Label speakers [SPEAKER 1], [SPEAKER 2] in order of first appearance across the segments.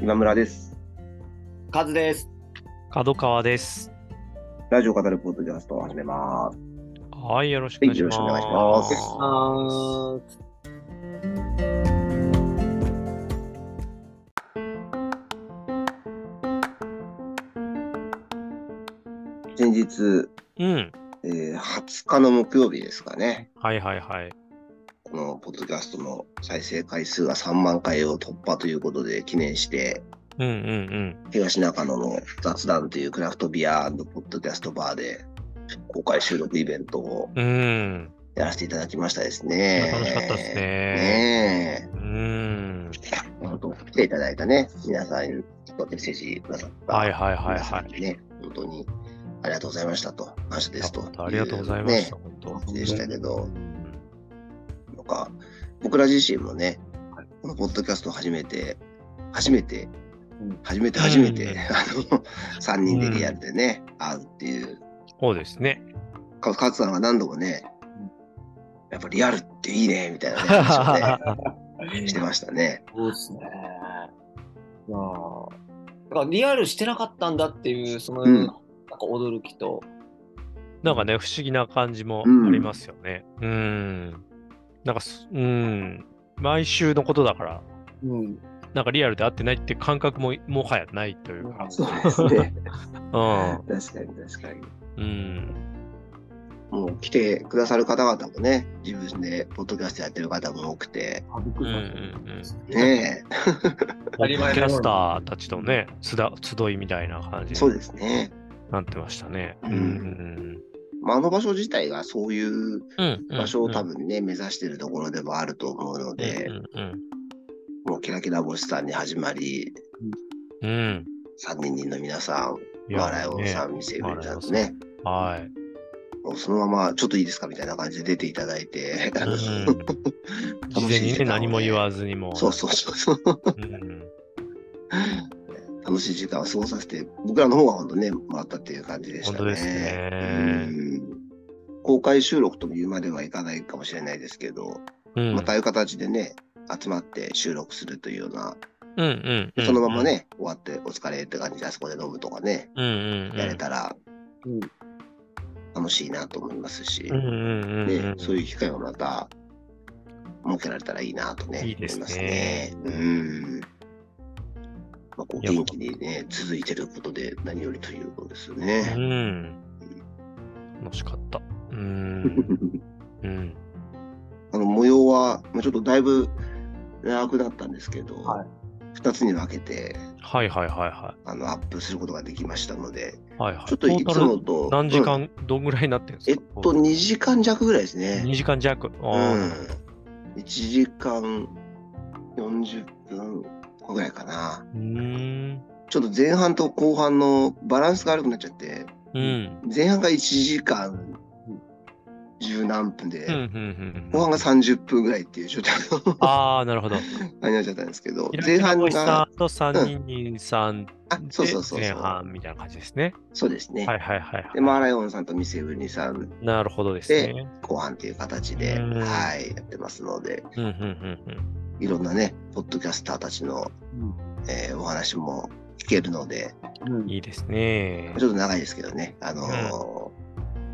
[SPEAKER 1] 今村です。
[SPEAKER 2] カズです。
[SPEAKER 3] 角川です。
[SPEAKER 1] ラジオ語るポッドキャストを始めます。
[SPEAKER 3] はい、よろしくお願いします。
[SPEAKER 1] はいよろしくお願いし
[SPEAKER 2] あ
[SPEAKER 1] 先日、
[SPEAKER 3] うん。
[SPEAKER 1] えー20日の木曜日ですかね。
[SPEAKER 3] はいはいはい。
[SPEAKER 1] このポッドキャストの再生回数が3万回を突破ということで記念して、
[SPEAKER 3] うんうん
[SPEAKER 1] 東中野の雑談というクラフトビアポッドキャストバーで公開収録イベントを
[SPEAKER 3] うん。うん。
[SPEAKER 1] やらせていただきましたですね。
[SPEAKER 3] 楽しかったですね
[SPEAKER 1] ね
[SPEAKER 3] うん。
[SPEAKER 1] え。本当、来ていただいたね、皆さんにちょっとメッセージくださった。
[SPEAKER 3] はいはいはい
[SPEAKER 1] 皆さ
[SPEAKER 3] は
[SPEAKER 1] んにね、本当にありがとうございましたと、感謝ですと。
[SPEAKER 3] い。ありがとうございました、
[SPEAKER 1] ね
[SPEAKER 3] 本
[SPEAKER 1] 感
[SPEAKER 3] 当。
[SPEAKER 1] じでしたけど、
[SPEAKER 3] うん
[SPEAKER 1] なんか、僕ら自身もね、このポッドキャストを初めて、初めて
[SPEAKER 2] うん、
[SPEAKER 1] 初めて初めて、
[SPEAKER 3] うん
[SPEAKER 1] あの、3人でリアルでね、会うっていう
[SPEAKER 3] そうですね。
[SPEAKER 1] か勝さんが何度もね、やっぱリアルっていいね、みたいなね、話をね、してましたね。
[SPEAKER 2] そうですね。いやーだからリアルしてなかったんだっていう、その、
[SPEAKER 1] うん
[SPEAKER 2] なんか驚きと、
[SPEAKER 3] なんかね、不思議な感じもありますよね。うん。なんかす、うん。毎週のことだから、
[SPEAKER 2] うん、
[SPEAKER 3] なんかリアルで会ってないって感覚ももはやないというか。
[SPEAKER 1] そうですね。確かに
[SPEAKER 3] う
[SPEAKER 1] 確かに。
[SPEAKER 3] ん。うん。
[SPEAKER 1] もう来てくださる方々もね、自分でポッドキャストやってる方も多くて、
[SPEAKER 2] あびっく
[SPEAKER 3] うんう
[SPEAKER 2] り
[SPEAKER 3] ん
[SPEAKER 2] しました
[SPEAKER 3] うん。
[SPEAKER 1] ね
[SPEAKER 3] ポッドキャスターたちのね、集だ集いみたいな感
[SPEAKER 1] え、
[SPEAKER 3] じ
[SPEAKER 1] そ
[SPEAKER 3] に
[SPEAKER 1] うですね。
[SPEAKER 3] なってましたね。
[SPEAKER 1] う
[SPEAKER 3] うんん
[SPEAKER 1] まあ、あの場所自体がそういう
[SPEAKER 3] うんうん。
[SPEAKER 1] 場所を多
[SPEAKER 3] 分
[SPEAKER 1] 分ね、目指してるところでもあると思うので、もうキラキラ星さんに始まり、
[SPEAKER 3] うん。うん。
[SPEAKER 1] 3人人の皆さん、
[SPEAKER 3] い
[SPEAKER 1] マライオンさ
[SPEAKER 3] ね
[SPEAKER 1] ん、ミセフルさんとね、
[SPEAKER 3] はい。
[SPEAKER 1] もうそのままちょっといいですかみたいな感じで出ていただいて、
[SPEAKER 3] うん
[SPEAKER 1] 楽
[SPEAKER 3] 事前
[SPEAKER 1] しい
[SPEAKER 3] に
[SPEAKER 1] 時間
[SPEAKER 3] ね、
[SPEAKER 1] を
[SPEAKER 3] 何も言わずにも。
[SPEAKER 1] そうそうそうそう。
[SPEAKER 3] うん。
[SPEAKER 1] 楽しい時間を過ごさせて、僕らの方が本当ね、もらったっていう感じでしたね。
[SPEAKER 3] 本当ですね
[SPEAKER 1] うん公開収録とも言うまではいかないかもしれないですけど、
[SPEAKER 3] うん。
[SPEAKER 1] またああいう形でね、集まって収録するというような、
[SPEAKER 3] うんうんうん。
[SPEAKER 1] そのままね、終わってお疲れって感じであそこで飲むとかね、
[SPEAKER 3] うんうんうん。
[SPEAKER 1] やれたら
[SPEAKER 2] うん
[SPEAKER 1] 楽しいなと思いますし、
[SPEAKER 3] うんうんうんう
[SPEAKER 1] ね
[SPEAKER 3] ん。、
[SPEAKER 1] そういう機会をまた設けられたらいいなとね、
[SPEAKER 3] いいです
[SPEAKER 1] 思
[SPEAKER 3] ね
[SPEAKER 1] ますね。うん。まあ、こう
[SPEAKER 3] いや
[SPEAKER 1] 元気にね、続いてることで何よりということですよね。
[SPEAKER 3] うん。楽しかった。うん。うん。
[SPEAKER 1] あの模様は、まあ、ちょっとだいぶ長くなったんですけど、
[SPEAKER 2] はい
[SPEAKER 1] 二2つに分けて
[SPEAKER 3] はいはいはいは
[SPEAKER 1] あのアップすることができましたので、
[SPEAKER 3] い。はいはい。
[SPEAKER 1] ちょっとい
[SPEAKER 3] トー
[SPEAKER 1] つ
[SPEAKER 3] タル
[SPEAKER 1] もと、
[SPEAKER 3] 何時
[SPEAKER 1] うん
[SPEAKER 3] 間、どんぐらいになってるんです
[SPEAKER 1] えっ
[SPEAKER 3] か
[SPEAKER 1] と、2時間弱ぐらいですね。
[SPEAKER 3] 2時間弱。
[SPEAKER 1] う
[SPEAKER 3] あ
[SPEAKER 1] ん。1時間40分ぐらいかな。
[SPEAKER 3] ーうん。
[SPEAKER 1] ちょっと前半と後半のバランスが悪くなっちゃって、
[SPEAKER 3] うん。
[SPEAKER 1] 前半が1時間十何分で、
[SPEAKER 3] うんうんうん
[SPEAKER 1] 後半が30分ぐらいっていう状態の
[SPEAKER 3] ああ、なるほど。
[SPEAKER 1] あれになっちゃったんですけど、前
[SPEAKER 3] 前半
[SPEAKER 1] 半
[SPEAKER 3] が
[SPEAKER 1] が、。
[SPEAKER 3] と3人さんで
[SPEAKER 1] あ、そうそうそう
[SPEAKER 3] 前
[SPEAKER 1] そう。
[SPEAKER 3] 半みたいな感じですね。
[SPEAKER 1] そうですね。
[SPEAKER 3] はいはいはい
[SPEAKER 1] で、マー
[SPEAKER 3] は
[SPEAKER 1] ライオンさんとミセブニさん
[SPEAKER 3] い。なるほどですね。
[SPEAKER 1] 後半という形で、
[SPEAKER 3] うん
[SPEAKER 1] はい、やってますので、
[SPEAKER 3] うんうんうん
[SPEAKER 1] いろんなね、ポッドキャスターたちの、えーお話も聞けるので、
[SPEAKER 2] うん
[SPEAKER 3] うん。いいですね
[SPEAKER 1] ち。ょっと長いですけどね、あのー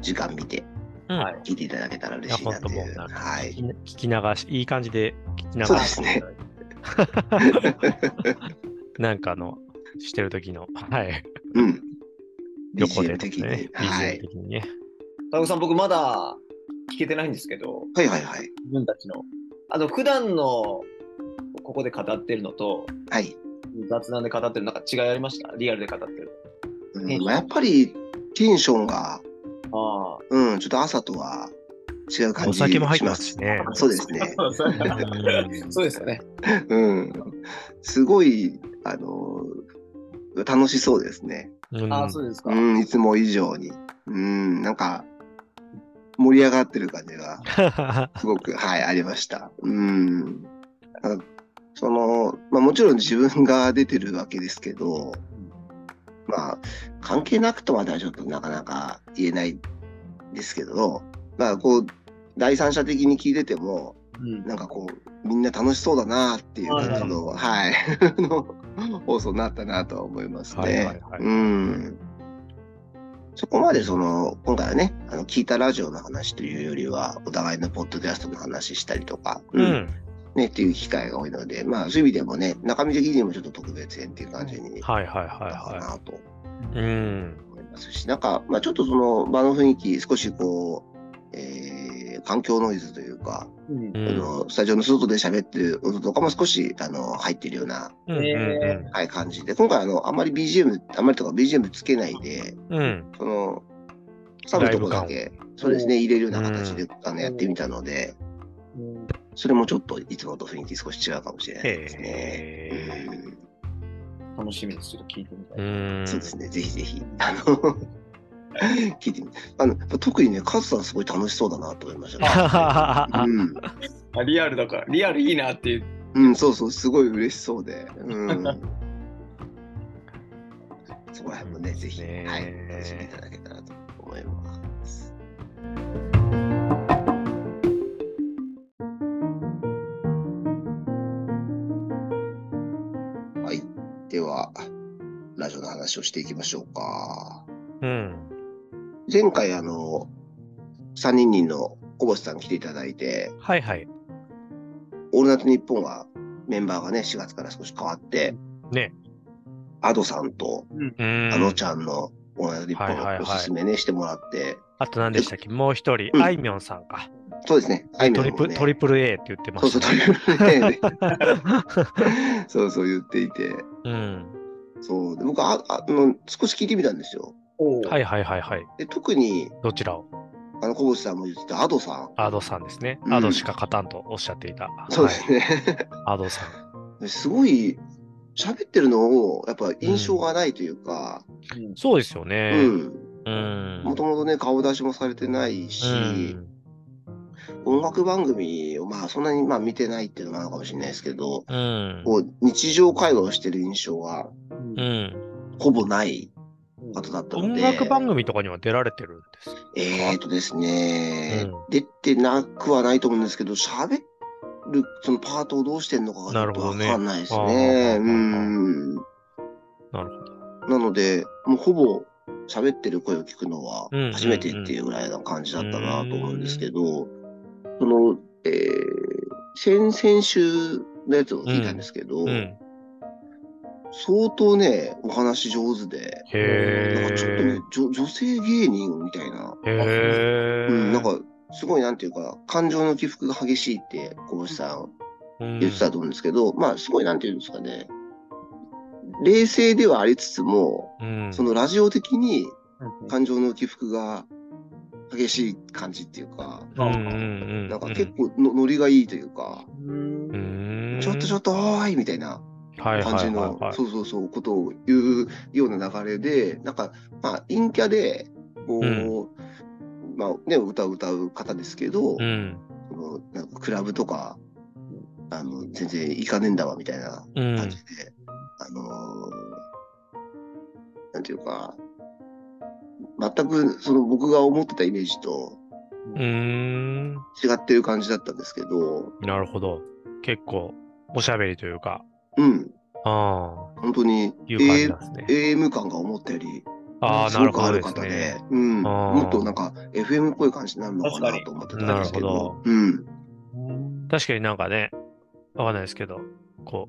[SPEAKER 1] 時間見て
[SPEAKER 3] うん。
[SPEAKER 2] はい
[SPEAKER 1] 聞いていただけたら嬉しいなっていう。は
[SPEAKER 3] 聞
[SPEAKER 1] い。
[SPEAKER 3] き聞き流し、いい感じで聞き流
[SPEAKER 1] そうで
[SPEAKER 3] し
[SPEAKER 1] すね。
[SPEAKER 3] なんかあの、してる時の、はい、
[SPEAKER 1] うん。
[SPEAKER 3] 横で
[SPEAKER 1] BGM
[SPEAKER 3] と
[SPEAKER 1] 的
[SPEAKER 3] かね
[SPEAKER 1] に。、はい。
[SPEAKER 3] BGM 的にね。
[SPEAKER 2] 田口さん、僕まだ聞けてないんですけど、
[SPEAKER 1] はいはいはい。
[SPEAKER 2] 自分たちの。あの、普段のここで語ってるのと、
[SPEAKER 1] はい。
[SPEAKER 2] 雑談で語ってるのなんか違いありましたリアルで語ってる。
[SPEAKER 1] うんまあ、やっぱりテンションが、
[SPEAKER 2] ああ。
[SPEAKER 1] うん、ちょっと朝とは違う感
[SPEAKER 3] お
[SPEAKER 1] じが
[SPEAKER 3] 酒
[SPEAKER 1] し
[SPEAKER 3] も
[SPEAKER 1] ま
[SPEAKER 3] 入
[SPEAKER 1] す。
[SPEAKER 3] ってま
[SPEAKER 1] そ
[SPEAKER 3] すしね。
[SPEAKER 1] うですね。
[SPEAKER 3] うん
[SPEAKER 2] そうですよね。
[SPEAKER 1] うん。すごい、あのー楽しそうですね。
[SPEAKER 3] うん
[SPEAKER 2] ああ、そうですか。
[SPEAKER 1] うん、いつも以上に。うん、なんか、盛り上がってる感じが。すごく、はい、ありました。うん。なんかその、まあもちろん自分が出てるわけですけど、まあ、関係なくとまではちょっとなかなか言えないですけど、まあこう、第三者的に聞いてても、
[SPEAKER 2] うん
[SPEAKER 1] なんかこう、みんな楽しそうだなっていう感じの、はい、あの放送になったなとは思いますね。
[SPEAKER 3] はいはいはい
[SPEAKER 1] うん。そこまでその、今回はね、あの聞いたラジオの話というよりは、お互いのポッドキャストの話したりとか、う
[SPEAKER 3] う
[SPEAKER 1] ん
[SPEAKER 3] ん。
[SPEAKER 1] ね、っていう機会が多いので、まあそういう意味でもね、中身的にもちょっと特別編っていう感じになっ
[SPEAKER 3] はいはい
[SPEAKER 1] たか
[SPEAKER 3] は
[SPEAKER 1] なと
[SPEAKER 3] いはい。うん。
[SPEAKER 1] 思いますし、なんか、まあちょっとその場の雰囲気、少しこう、えー環境ノイズというか、
[SPEAKER 2] うん
[SPEAKER 3] う
[SPEAKER 1] あ
[SPEAKER 3] ん。
[SPEAKER 1] のスタジオの外で喋ってる音とかも少しあの入ってるような、
[SPEAKER 3] うん
[SPEAKER 2] え
[SPEAKER 1] はい、感じで、今回あの、あんまり BGM、あんまりとか BGM つけないで、
[SPEAKER 3] うんうん。
[SPEAKER 1] その、サブとこだけ、そうですね、入れるような形で、あのやってみたので、
[SPEAKER 2] うん
[SPEAKER 1] それもちょっといつもと雰囲気少し違うかもしれないですね。
[SPEAKER 3] へえ。
[SPEAKER 1] うん
[SPEAKER 2] 楽しみです。ちょっと聞いてみたい。
[SPEAKER 3] うん。
[SPEAKER 1] そうですね、ぜひぜひ、あの、 聞いてみて。あの、特にね、カズさんすごい楽しそうだなと思いま した、ね。
[SPEAKER 2] あリアルだから、リアルいいなっていう。
[SPEAKER 1] うん、うん、そうそう、すごい嬉しそうで。うん。そこら辺もね、ぜひ、
[SPEAKER 3] ね
[SPEAKER 1] はい、楽しんでいただけたらと思います。はい。では、ラジオの話をしていきましょうか。
[SPEAKER 3] うん。
[SPEAKER 1] 前回あの3人人の小星さん来ていただいて
[SPEAKER 3] はいはい。
[SPEAKER 1] 「オールナイトニッポン」はメンバーがね4月から少し変わって
[SPEAKER 3] ね。
[SPEAKER 1] アドさんと
[SPEAKER 3] うん。
[SPEAKER 1] あのちゃんの「オールナイトニッポン」
[SPEAKER 3] はいはい
[SPEAKER 1] を
[SPEAKER 3] は
[SPEAKER 1] お
[SPEAKER 3] い
[SPEAKER 1] すすめねしてもらって
[SPEAKER 3] あと何でしたっけもう一人
[SPEAKER 1] う、ん
[SPEAKER 3] あいみょんさんか。
[SPEAKER 1] そうですねあいみょ
[SPEAKER 3] ト
[SPEAKER 1] ん
[SPEAKER 3] リ
[SPEAKER 1] も
[SPEAKER 3] プ
[SPEAKER 1] ね
[SPEAKER 3] トリプル A って言ってま
[SPEAKER 1] そうそ
[SPEAKER 3] し
[SPEAKER 1] う
[SPEAKER 3] た
[SPEAKER 1] トリ
[SPEAKER 3] ね。
[SPEAKER 1] プル そうそう言っていて
[SPEAKER 3] うん。
[SPEAKER 1] そうで僕ああの少し聞いてみたんですよ
[SPEAKER 2] お。
[SPEAKER 3] はいいはいはいはい。
[SPEAKER 1] で特に
[SPEAKER 3] どちらを
[SPEAKER 1] あの小星さんも言ってたアドさん
[SPEAKER 3] アドさんですね。
[SPEAKER 1] うん
[SPEAKER 3] アドしか勝たんとおっしゃっていた。
[SPEAKER 1] そうですね、
[SPEAKER 3] はい。アドさ ん。
[SPEAKER 1] ですごい喋ってるのをやっぱ印象がないというか、
[SPEAKER 2] うん
[SPEAKER 3] そうですよね。
[SPEAKER 1] うん、
[SPEAKER 3] うん。
[SPEAKER 1] もともとね、顔出しもされてないし、音楽番組をまあそんなにまあ見てないっていうのもあるかもしれないですけど、
[SPEAKER 3] うん。
[SPEAKER 1] こう日常会話をしてる印象は
[SPEAKER 3] う
[SPEAKER 2] うん
[SPEAKER 3] ん。
[SPEAKER 1] ほぼない方だったの
[SPEAKER 3] 音
[SPEAKER 1] で、
[SPEAKER 3] 楽番組とかには出られてるんですか
[SPEAKER 1] えーとですね、
[SPEAKER 3] うん
[SPEAKER 1] 出てなくはないと思うんですけど、喋るそのパートをどうしてんのかがちょっとわかんないですね。
[SPEAKER 3] な
[SPEAKER 1] う
[SPEAKER 3] るほどね
[SPEAKER 1] ん。
[SPEAKER 3] なるほど。
[SPEAKER 1] なので、もうほぼ喋ってる声を聞くのは
[SPEAKER 3] うん
[SPEAKER 1] 初めてっていうぐらいな感じだったなと思うんですけど、その、えー、先々週のやつを聞いたんですけど、
[SPEAKER 3] うん。
[SPEAKER 1] 相当ね、お話上手で、
[SPEAKER 3] へ
[SPEAKER 1] なんかちょっとね
[SPEAKER 3] え。、
[SPEAKER 1] 女女性芸人みたいな、
[SPEAKER 3] へえ。
[SPEAKER 1] うん、なんかすごいなんていうか、感情の起伏が激しいって小星さん
[SPEAKER 3] うん、
[SPEAKER 1] 言ってたと思うんですけど、まあすごいなんていうんですかね、冷静ではありつつも、
[SPEAKER 3] うん。
[SPEAKER 1] そのラジオ的に
[SPEAKER 2] ん
[SPEAKER 1] 感情の起伏が激しい感じっていうか、
[SPEAKER 3] うんうんうん、
[SPEAKER 1] なんか結構のノリがいいというか、
[SPEAKER 2] うん
[SPEAKER 3] うん、
[SPEAKER 1] ちょっとちょ
[SPEAKER 3] っ
[SPEAKER 1] っとおーいみたいな
[SPEAKER 3] と感
[SPEAKER 1] 感じ
[SPEAKER 3] はいはい
[SPEAKER 1] の
[SPEAKER 3] はいはい、
[SPEAKER 1] そうそうそうことを言うような流れで、なんかまあ陰キャでこう、まあね、歌を歌う方ですけど、
[SPEAKER 3] うん
[SPEAKER 1] そのなんかクラブとかあの全然行かねえんだわみたいな
[SPEAKER 3] うん
[SPEAKER 1] 感じで、あのーなんていうか、全くその僕が思ってたイメージと
[SPEAKER 3] うーん
[SPEAKER 1] 違ってる感じだったんですけど、
[SPEAKER 3] なるほど結構おしゃべりというか
[SPEAKER 1] うん、
[SPEAKER 3] ああ
[SPEAKER 1] 本当に
[SPEAKER 3] いう感じなんですね、
[SPEAKER 1] A- AM 感が思ったより
[SPEAKER 3] ああ
[SPEAKER 1] す
[SPEAKER 3] なる
[SPEAKER 1] ごく
[SPEAKER 3] ほ
[SPEAKER 1] あ
[SPEAKER 3] ど
[SPEAKER 1] る
[SPEAKER 3] です
[SPEAKER 1] 方で、
[SPEAKER 3] ね
[SPEAKER 1] うん、
[SPEAKER 3] あー
[SPEAKER 1] もっとなんか FM っぽい感じになるのか
[SPEAKER 2] 確か
[SPEAKER 1] な
[SPEAKER 2] に
[SPEAKER 1] と思ってたんですけ
[SPEAKER 3] なる
[SPEAKER 1] ど
[SPEAKER 3] ほ、
[SPEAKER 1] うん、
[SPEAKER 3] 確かになんかねわかんないですけどこ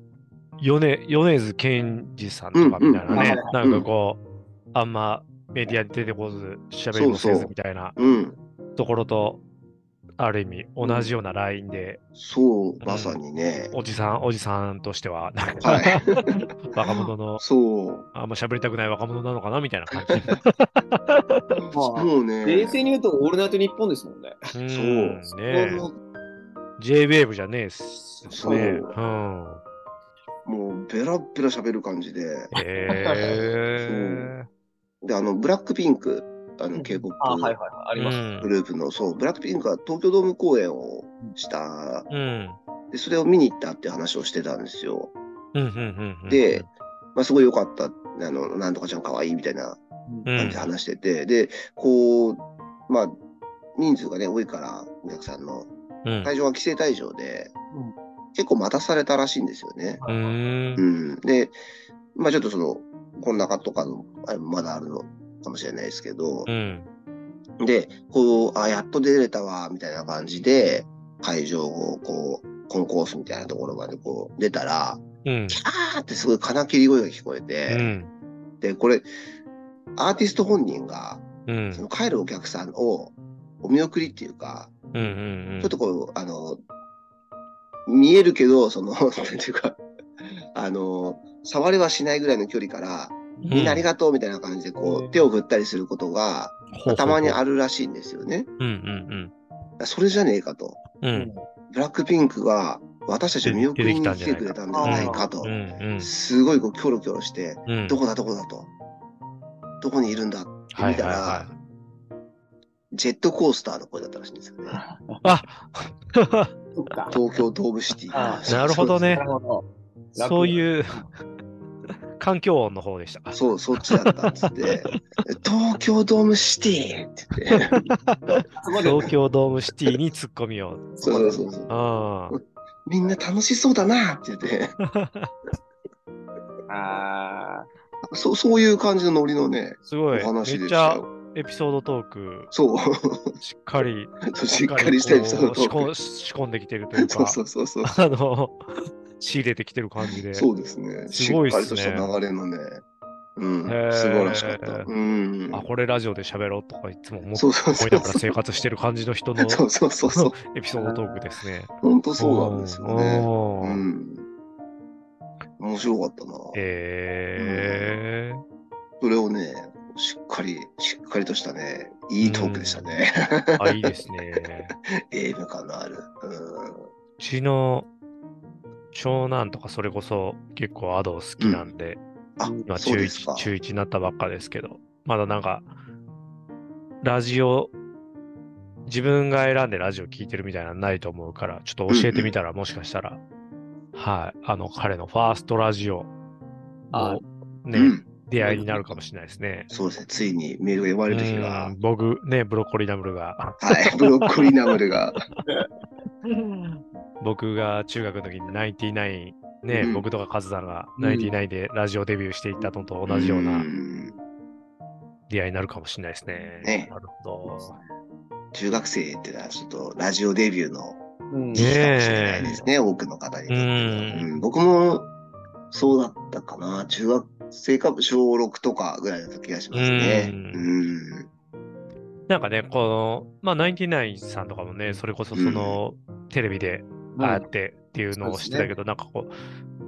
[SPEAKER 3] う米米津玄師さんとかみたいなね、
[SPEAKER 2] う
[SPEAKER 1] うん
[SPEAKER 2] ん
[SPEAKER 3] なんかこう、あんまメディアに出てこずしゃべりもせ
[SPEAKER 1] そうそ
[SPEAKER 3] ず
[SPEAKER 1] う
[SPEAKER 3] みたいな
[SPEAKER 1] うん、
[SPEAKER 3] ところとある意味同じようなラインで、
[SPEAKER 1] そう、まさにね、
[SPEAKER 3] おじさんおじさんとしてはなんか、
[SPEAKER 1] はい
[SPEAKER 3] 若者の
[SPEAKER 1] そう、
[SPEAKER 3] あんま喋りたくない若者なのかなみたいな感じ。
[SPEAKER 1] もうね、
[SPEAKER 2] 冷静に言うと、オールナイトニッポンですもんね。
[SPEAKER 3] そう
[SPEAKER 1] そう
[SPEAKER 3] ねえ。J-Wave じゃねえっすね。
[SPEAKER 1] そう
[SPEAKER 3] うん。
[SPEAKER 1] もうベラベラ喋る感じで、
[SPEAKER 3] へえ。
[SPEAKER 1] で、あの、ブラックピンク、あ
[SPEAKER 2] う
[SPEAKER 1] の、
[SPEAKER 2] ん
[SPEAKER 1] K-POP
[SPEAKER 2] あ、はいはいはい。あり
[SPEAKER 3] う
[SPEAKER 2] ます。
[SPEAKER 1] グ
[SPEAKER 3] ん。
[SPEAKER 1] ループの、そう、ブラックピンクが東京ドーム公演をした、
[SPEAKER 3] うん。
[SPEAKER 1] で、それを見に行ったっていう話をしてたんですよ。
[SPEAKER 3] うん。うん。うん
[SPEAKER 1] で、まあ、すごい良かった、あの、なんとかちゃん可愛いみたいな
[SPEAKER 3] うん
[SPEAKER 1] 感じで話してて、で、こう、まあ、人数がね、多いから、お客さんの、
[SPEAKER 3] うん。
[SPEAKER 1] 会場は規制退場で、結構待たされたらしいんですよね。
[SPEAKER 3] うー。
[SPEAKER 1] うんん、で、まあちょっとその、こんなとかの、あれもまだあるのかもしれないですけど
[SPEAKER 3] う、ん。
[SPEAKER 1] で、こう、あ、やっと出れたわ、みたいな感じで、会場をこう、コンコースみたいなところまでこう出たら、
[SPEAKER 3] うん。
[SPEAKER 1] あーってすごい金切り声が聞こえ
[SPEAKER 3] う
[SPEAKER 1] て、
[SPEAKER 3] ん。
[SPEAKER 1] で、これ、アーティスト本人が、
[SPEAKER 3] うん
[SPEAKER 1] そ。の帰るお客さんをお見送りっていうか、
[SPEAKER 3] うんうんうん
[SPEAKER 1] ちょっとこう、あの、見えるけど、その、 なんていうか、あの、触れはしないぐらいの距離から、みんなありがとうみたいな感じで、こ
[SPEAKER 2] う
[SPEAKER 1] う、
[SPEAKER 2] ん
[SPEAKER 1] 手を振ったりすることが、
[SPEAKER 3] ほうほうほう
[SPEAKER 1] たまにあるらしいんですよね。
[SPEAKER 3] うん
[SPEAKER 1] それじゃねえかと。
[SPEAKER 3] うんうん。う。
[SPEAKER 2] うん
[SPEAKER 1] ブラックピンクが、私たちを見送りに来てくれたんじゃないかと
[SPEAKER 3] う。んうん
[SPEAKER 1] すごい、こう、キョロキョロして、
[SPEAKER 3] うん。
[SPEAKER 1] どこだ、どこだと。どこにいるんだ。
[SPEAKER 3] はいはい
[SPEAKER 1] だ
[SPEAKER 3] は
[SPEAKER 1] ジェットコースターの声だったらしいんですよね。
[SPEAKER 3] い。あ
[SPEAKER 2] そっか。
[SPEAKER 1] 東京東部シティ。
[SPEAKER 2] あ
[SPEAKER 3] なるほどね
[SPEAKER 2] なるほど。
[SPEAKER 3] そういう環境音の方でした。
[SPEAKER 1] そう、そっちだったっつ って、東京ドームシティって言って、
[SPEAKER 2] そこで
[SPEAKER 3] 東京ドームシティに突っ込みを。
[SPEAKER 1] そうそうそうそう、
[SPEAKER 3] ああ。
[SPEAKER 1] みんな楽しそうだなって言って、
[SPEAKER 2] あ
[SPEAKER 1] そうそういう感じのノリのね、
[SPEAKER 3] すごい。
[SPEAKER 1] お話
[SPEAKER 3] め
[SPEAKER 1] で
[SPEAKER 3] っ
[SPEAKER 1] し
[SPEAKER 3] ち
[SPEAKER 1] た
[SPEAKER 3] ゃ
[SPEAKER 1] よ。
[SPEAKER 3] エピソードトーク、
[SPEAKER 1] そう、
[SPEAKER 3] しっかり、
[SPEAKER 1] しっかりしたエピソード
[SPEAKER 3] こう仕
[SPEAKER 1] トー
[SPEAKER 3] 込ん仕込んできてるという
[SPEAKER 1] クそう
[SPEAKER 3] か、
[SPEAKER 1] そうそうそう。
[SPEAKER 3] あの、仕入れてきてる感じで。
[SPEAKER 1] そうですね。
[SPEAKER 3] すごいっ
[SPEAKER 1] しっか
[SPEAKER 3] す
[SPEAKER 1] りと
[SPEAKER 3] ね
[SPEAKER 1] した流れのね、うん、
[SPEAKER 3] へー
[SPEAKER 1] 素晴らしかった。うん。
[SPEAKER 3] あ、これラジオで喋ろうとかいつも思っ
[SPEAKER 1] そうそう
[SPEAKER 3] 思
[SPEAKER 1] そ
[SPEAKER 3] いうながら生活してる感じの人の
[SPEAKER 1] そうそうそう そう。
[SPEAKER 3] エピソードトークですね。
[SPEAKER 1] 本当そうなんですよね。
[SPEAKER 3] お
[SPEAKER 1] う
[SPEAKER 3] ー
[SPEAKER 1] ん。面白かったな。
[SPEAKER 3] へえ。
[SPEAKER 1] それをね、しっかり、しっかりとしたね、いいトークでしたね。
[SPEAKER 3] あ、いいですね。
[SPEAKER 1] ゲーム感のある。
[SPEAKER 3] うちの長男とかそれこそ結構アド好きなんで、
[SPEAKER 1] うん。あ、
[SPEAKER 3] 今
[SPEAKER 1] そう
[SPEAKER 3] 中
[SPEAKER 1] です
[SPEAKER 3] 1
[SPEAKER 1] か。
[SPEAKER 3] 中1になったばっかですけど、まだなんか、ラジオ、自分が選んでラジオ聞いてるみたいなのないと思うから、ちょっと教えてみたら、もしかしたら、はい、あの、彼のファーストラジオ
[SPEAKER 2] あ
[SPEAKER 3] のね、
[SPEAKER 1] うん。
[SPEAKER 3] 出会いになるかもしれないですね。
[SPEAKER 1] そうですね。ついにメールが読まれる時
[SPEAKER 3] う
[SPEAKER 1] が
[SPEAKER 3] ん、僕、ね、ブロッコリーナムルが、
[SPEAKER 1] はい、 ブロッコリーナムルが、
[SPEAKER 3] 僕が中学の時に99、ね、
[SPEAKER 1] うん
[SPEAKER 3] 僕とかカズさんが99でラジオデビューしていったのと同じようなん出会いになるかもしれないですね。
[SPEAKER 1] ね
[SPEAKER 3] なるほど。
[SPEAKER 1] 中学生っていうのは、ちょっとラジオデビューの
[SPEAKER 2] うん
[SPEAKER 1] 時期かもしれないですね、多くの方にとっては、
[SPEAKER 3] う
[SPEAKER 1] うん僕もそうだったかな。中学生か小6とかぐらいだった気がしますね。
[SPEAKER 3] う
[SPEAKER 1] うんん。
[SPEAKER 3] なんかね、この、まあ、99さんとかもね、それこそその、テレビで
[SPEAKER 2] うん
[SPEAKER 3] ああやってっていうのをしてたけ
[SPEAKER 2] そう
[SPEAKER 3] ど、なんかこう、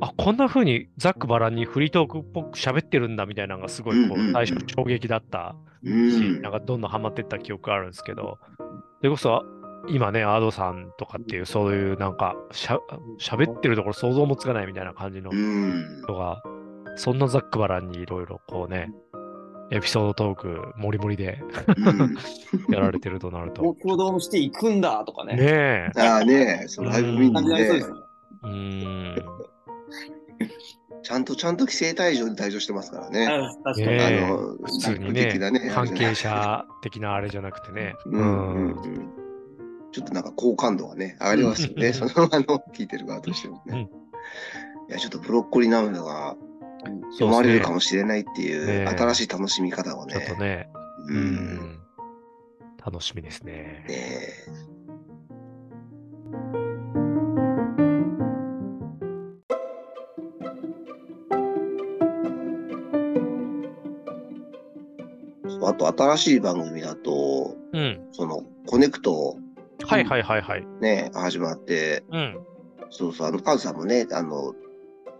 [SPEAKER 3] あ、こんな風にざっくばらんにフリートークっぽく喋ってるんだみたいなのがすごいこ
[SPEAKER 1] うんうんう
[SPEAKER 3] う、
[SPEAKER 1] ん
[SPEAKER 3] 最初衝撃だった
[SPEAKER 1] う
[SPEAKER 3] し、
[SPEAKER 1] ん
[SPEAKER 3] なんかどんどんハマってった記憶があるんですけど、それこそ、今ね、アドさんとかっていう、そういうなんか、しゃ喋ってるところ想像もつかないみたいな感じの
[SPEAKER 1] うん。
[SPEAKER 3] 人が、そんなざっくばらんにいろいろこうね、エピソードトーク、もりもりで
[SPEAKER 1] うん
[SPEAKER 3] やられてるとなると。
[SPEAKER 2] 東京ドームシティ行くんだとかね。
[SPEAKER 3] ねえ。
[SPEAKER 1] ああね、そのライブ見
[SPEAKER 2] 感
[SPEAKER 1] に
[SPEAKER 2] じになりそうで
[SPEAKER 1] ね
[SPEAKER 2] す、ね。
[SPEAKER 3] うーん。
[SPEAKER 1] ちゃんとちゃんと規制退場に退場してますからね。
[SPEAKER 2] うん確かに。
[SPEAKER 3] ねえ
[SPEAKER 1] あの、
[SPEAKER 3] 普通に
[SPEAKER 1] 実務的な
[SPEAKER 3] ね、関係。
[SPEAKER 1] あれじゃない
[SPEAKER 3] 者的なあれじゃなくてね。
[SPEAKER 1] うんうんうんちょっとなんか好感度がね、上がりますよね。その、あの、聞いてる側としてもね。いや、ちょっとブロッコリーナムルが読まれるかもしれないっていう、
[SPEAKER 3] ね
[SPEAKER 1] 新しい楽しみ方を
[SPEAKER 3] ちょっと
[SPEAKER 1] ね。
[SPEAKER 3] ね、
[SPEAKER 1] う。
[SPEAKER 3] うんん楽しみですね。
[SPEAKER 1] ねあと、新しい番組だと、
[SPEAKER 3] うん。
[SPEAKER 1] その、コネクト
[SPEAKER 3] はいはいはいはい。
[SPEAKER 1] ね、始まって、
[SPEAKER 3] うん。
[SPEAKER 1] そうそう、あの、カズさんもね、あの、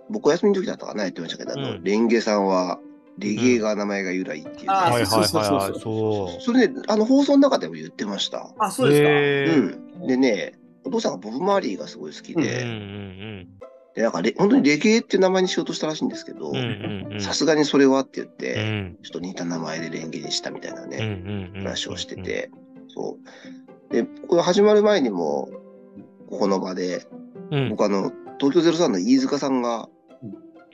[SPEAKER 1] 僕お休みの時だったかな、言ってましたけど、あ
[SPEAKER 3] う
[SPEAKER 1] の、
[SPEAKER 3] ん
[SPEAKER 1] レンゲさんは、レゲエが名前が由来っていうね、
[SPEAKER 2] あ
[SPEAKER 3] はい
[SPEAKER 2] ー
[SPEAKER 3] はい
[SPEAKER 2] そうそう
[SPEAKER 3] はい
[SPEAKER 2] そう
[SPEAKER 3] はい。
[SPEAKER 1] そ
[SPEAKER 3] そう
[SPEAKER 1] れね、あの、放送の中でも言ってました。
[SPEAKER 2] あ、
[SPEAKER 3] う。
[SPEAKER 2] そうですか。
[SPEAKER 3] へー
[SPEAKER 1] うん。でね、お父さんがボブ・マーリーがすごい好き
[SPEAKER 3] うん
[SPEAKER 1] で、で、なんかレ、本当にレゲエって名前にしようとしたらしいんですけど
[SPEAKER 3] うんうん。うん、うんうん。
[SPEAKER 1] さすがにそれはって言っ
[SPEAKER 3] う
[SPEAKER 1] て、
[SPEAKER 3] ん
[SPEAKER 1] ちょっと似た名前でレンゲにしたみたいな
[SPEAKER 3] うん
[SPEAKER 1] ね、
[SPEAKER 3] うんうん。
[SPEAKER 1] 話をしてて、そう。で、これ始まる前にも、ここの場で、
[SPEAKER 3] うん。
[SPEAKER 1] 僕あの、東京03の飯塚さんが、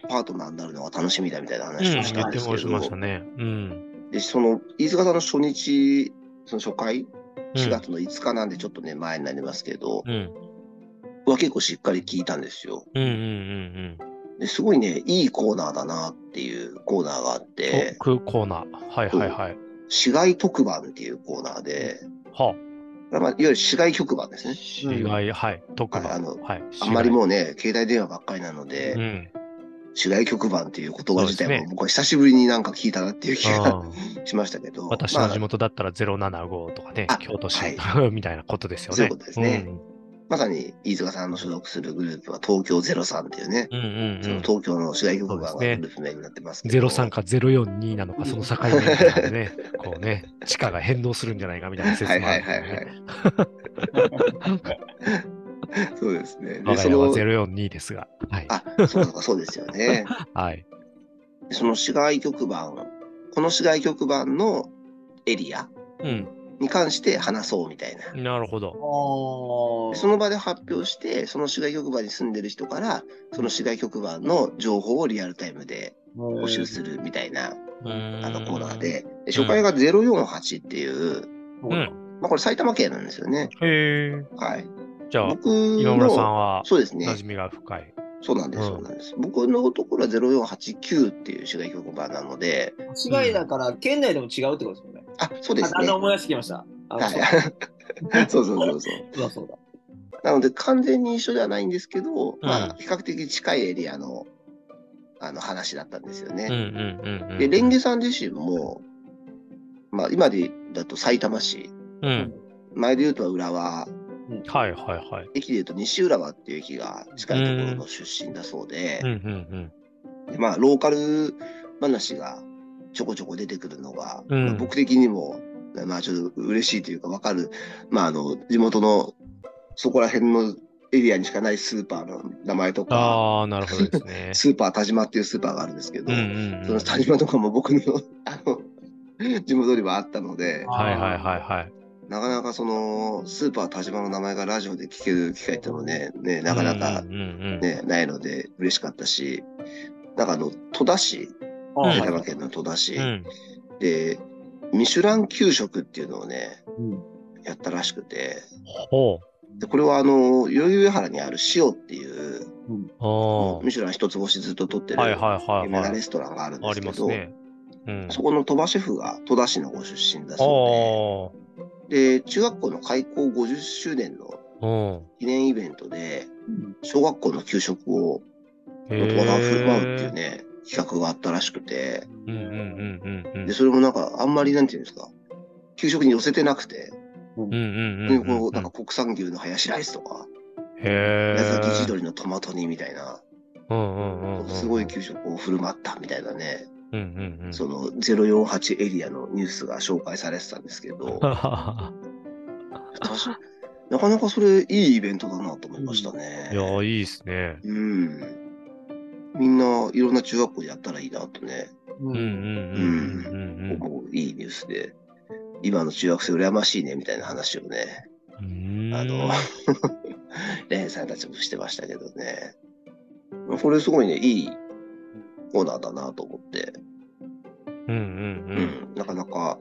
[SPEAKER 1] パートナーになるのが楽しみだみたいな
[SPEAKER 3] うん、
[SPEAKER 1] 話
[SPEAKER 3] 言
[SPEAKER 1] をしたん
[SPEAKER 3] っ
[SPEAKER 1] で
[SPEAKER 3] て
[SPEAKER 1] す
[SPEAKER 3] も
[SPEAKER 1] け
[SPEAKER 3] らい
[SPEAKER 1] ど、
[SPEAKER 3] ましたね。うん。
[SPEAKER 1] で、その、飯塚さんの初日、その初回、
[SPEAKER 3] うん
[SPEAKER 1] 4月の5日なんでちょっとね、前になりますけど、
[SPEAKER 3] うん。
[SPEAKER 1] は結構しっかり聞いたんですよ。
[SPEAKER 3] うんうんうん
[SPEAKER 1] ですごいね、いいコーナーだなっていうコーナーがあっ
[SPEAKER 3] うん。
[SPEAKER 1] て、
[SPEAKER 3] トークコーナー。はいはいはい。
[SPEAKER 1] 市街特番っていうコーナーで、
[SPEAKER 3] は
[SPEAKER 1] まあ、いわゆる市街局番です
[SPEAKER 3] あ。
[SPEAKER 1] ね。
[SPEAKER 3] 市街、はい。特番。
[SPEAKER 1] あの
[SPEAKER 3] はい。
[SPEAKER 1] あんまり
[SPEAKER 3] う。
[SPEAKER 1] もうね、携帯電話ばっかりなので、
[SPEAKER 3] うん。
[SPEAKER 1] 市街局番っていう言葉自
[SPEAKER 3] そうで
[SPEAKER 1] 体
[SPEAKER 3] すね
[SPEAKER 1] も僕は久しぶりになんか聞いたなっていう気 が
[SPEAKER 3] うん
[SPEAKER 1] しましたけど、
[SPEAKER 3] 私
[SPEAKER 1] ま
[SPEAKER 3] の
[SPEAKER 1] あ
[SPEAKER 3] 地、元だったら075とかね
[SPEAKER 1] あ、
[SPEAKER 3] 京都市 みたいなことですよね。
[SPEAKER 1] そういうことですね
[SPEAKER 3] うん
[SPEAKER 1] まさに飯塚さんの所属するグループは東京03っていうね、
[SPEAKER 3] うんうん
[SPEAKER 1] そうの
[SPEAKER 3] ん。
[SPEAKER 1] 東京の市街局番が
[SPEAKER 3] そう
[SPEAKER 1] グ
[SPEAKER 3] ですね
[SPEAKER 1] ループ名になってますけど。
[SPEAKER 3] 03か042なのか、その境目みたいなね、 こうね、地下が変動するんじゃないかみたいな説
[SPEAKER 1] はい
[SPEAKER 3] もあ
[SPEAKER 1] はい
[SPEAKER 3] るんで
[SPEAKER 1] は
[SPEAKER 3] ね、
[SPEAKER 1] い はい。そうですね。で、
[SPEAKER 3] 我が
[SPEAKER 1] そ
[SPEAKER 3] 家は
[SPEAKER 1] の、
[SPEAKER 3] 042ですが。はい。
[SPEAKER 1] あ、そうかそうですよ ね。
[SPEAKER 3] はい。
[SPEAKER 1] でその市街局番、この市街局番のエリア
[SPEAKER 3] うん。
[SPEAKER 1] に関して話そうみたいな。
[SPEAKER 3] なるほど。
[SPEAKER 2] あ
[SPEAKER 1] で
[SPEAKER 2] あ。
[SPEAKER 1] その場で発表して、その市街局番に住んでる人から、その市街局番の情報をリアルタイムで募集するみたいな、あ
[SPEAKER 3] あ
[SPEAKER 1] のコーナー。で、で初回が048っていう、
[SPEAKER 2] う
[SPEAKER 3] うん。
[SPEAKER 1] まあこれ埼玉県なんですよね。
[SPEAKER 3] へえ。
[SPEAKER 1] はい。
[SPEAKER 3] じゃあ、
[SPEAKER 1] 僕の、
[SPEAKER 3] 今村さんは、
[SPEAKER 1] そうです
[SPEAKER 3] 馴
[SPEAKER 1] ね。
[SPEAKER 3] 染みが深い。
[SPEAKER 1] そうなんです、
[SPEAKER 3] うん
[SPEAKER 1] そうなんです。僕のところは0489っていう市街局番なので、
[SPEAKER 2] 市街だから、県内でも違うってことですよね。
[SPEAKER 1] あ、そうです
[SPEAKER 2] あだん
[SPEAKER 1] ね。
[SPEAKER 2] だん
[SPEAKER 1] は
[SPEAKER 2] 思い出してきました。あの
[SPEAKER 1] い。 そうそうそうそう。
[SPEAKER 2] そうだそうだ。
[SPEAKER 1] なので完全に一緒ではないんですけど、ま
[SPEAKER 3] う
[SPEAKER 1] あ比較的近いエリアのあの話だったんですよ
[SPEAKER 3] うん
[SPEAKER 1] ね。
[SPEAKER 3] うんうんうん。
[SPEAKER 1] で、レンゲさん自身も、まあ今でだと埼玉市、
[SPEAKER 3] うん。
[SPEAKER 1] 前で言うと浦和、
[SPEAKER 3] はいはいはい。
[SPEAKER 1] 駅で言うと西浦和っていう駅が近いところの出身だそうで
[SPEAKER 3] うん、うん
[SPEAKER 1] でまあローカル話がちょこちょこ出てくるのが、
[SPEAKER 3] うん
[SPEAKER 1] まあ僕的にも、まあちょっと嬉しいというかわかる、まああの、地元のそこら辺のエリアにしかないスーパーの名前と
[SPEAKER 3] うん。
[SPEAKER 1] か、。
[SPEAKER 3] ああ、なるほどですね
[SPEAKER 1] スーパー田島っていうスーパーがあるんですけど、
[SPEAKER 3] うんうん
[SPEAKER 1] そ
[SPEAKER 3] うん。
[SPEAKER 1] の田島とかも僕の あの地元にはあったので、
[SPEAKER 3] はいはいはいはい。
[SPEAKER 1] なかなかそのスーパー田島の名前がラジオで聞ける機会ってのもね、ねなかなか
[SPEAKER 3] うんうんうん。
[SPEAKER 1] ね、ないので嬉しかったし、なんかあの、戸田市、
[SPEAKER 2] あ
[SPEAKER 1] 埼
[SPEAKER 2] ー
[SPEAKER 1] 玉県の戸田市
[SPEAKER 3] うん。
[SPEAKER 1] で、ミシュラン給食っていうのをね、
[SPEAKER 2] うん
[SPEAKER 1] やったらしくて、
[SPEAKER 3] ほ
[SPEAKER 1] でこれはあの、代々木上原にある塩っていう、
[SPEAKER 3] う。あ
[SPEAKER 1] ミシュラン一つ星ずっと取って
[SPEAKER 3] あ。
[SPEAKER 1] る、
[SPEAKER 3] はいはいはい
[SPEAKER 1] 有名
[SPEAKER 3] は
[SPEAKER 1] ないレ。ストランがあるんで
[SPEAKER 3] あ
[SPEAKER 1] す
[SPEAKER 3] り
[SPEAKER 1] け
[SPEAKER 3] ます
[SPEAKER 1] ど、
[SPEAKER 3] ね。うん。
[SPEAKER 1] そこの鳥羽シェフが戸田市のご出身だ
[SPEAKER 3] あ
[SPEAKER 1] そうで、で、中学校の開校50周年の
[SPEAKER 3] あ。うん。
[SPEAKER 1] 記念イベントで、
[SPEAKER 2] うん
[SPEAKER 1] 小学校の給食を
[SPEAKER 3] へ
[SPEAKER 1] 大人が振る舞うっていう
[SPEAKER 3] え。
[SPEAKER 1] ね、企画があったらしくて、
[SPEAKER 3] うんうんうんうんうん
[SPEAKER 1] で、。それもなんかあんまりなんていうんですか、給食に寄せてなくて、
[SPEAKER 3] うんうんうん
[SPEAKER 1] で
[SPEAKER 3] うん。
[SPEAKER 1] こうなんか国産牛のハヤシライスとか、
[SPEAKER 3] へえ。
[SPEAKER 1] 紫地鶏のトマト煮みたいな、
[SPEAKER 3] うんうんうんうん。
[SPEAKER 1] すごい給食を振る舞ったみたいなね、
[SPEAKER 3] うんうんうん。
[SPEAKER 1] そ の048エリアのニュースが紹介されてたんですけど、確かなかなかそれいいイベントだなと思いましたね。
[SPEAKER 3] いやー、いいですね。
[SPEAKER 1] うん。みんないろんな中学校でやったらいいなとね、
[SPEAKER 2] う
[SPEAKER 3] うんう
[SPEAKER 2] ん
[SPEAKER 3] んうんうん
[SPEAKER 1] 思ういいニュースで、今の中学生羨ましいねみたいな話をね、
[SPEAKER 3] うんうん。
[SPEAKER 1] あの、 レンさんたちもしてましたけどね。これすごいね、いいコーナーだなと思って、
[SPEAKER 3] う
[SPEAKER 1] う
[SPEAKER 3] んうんう
[SPEAKER 1] ん、
[SPEAKER 3] ん。
[SPEAKER 1] なかなか、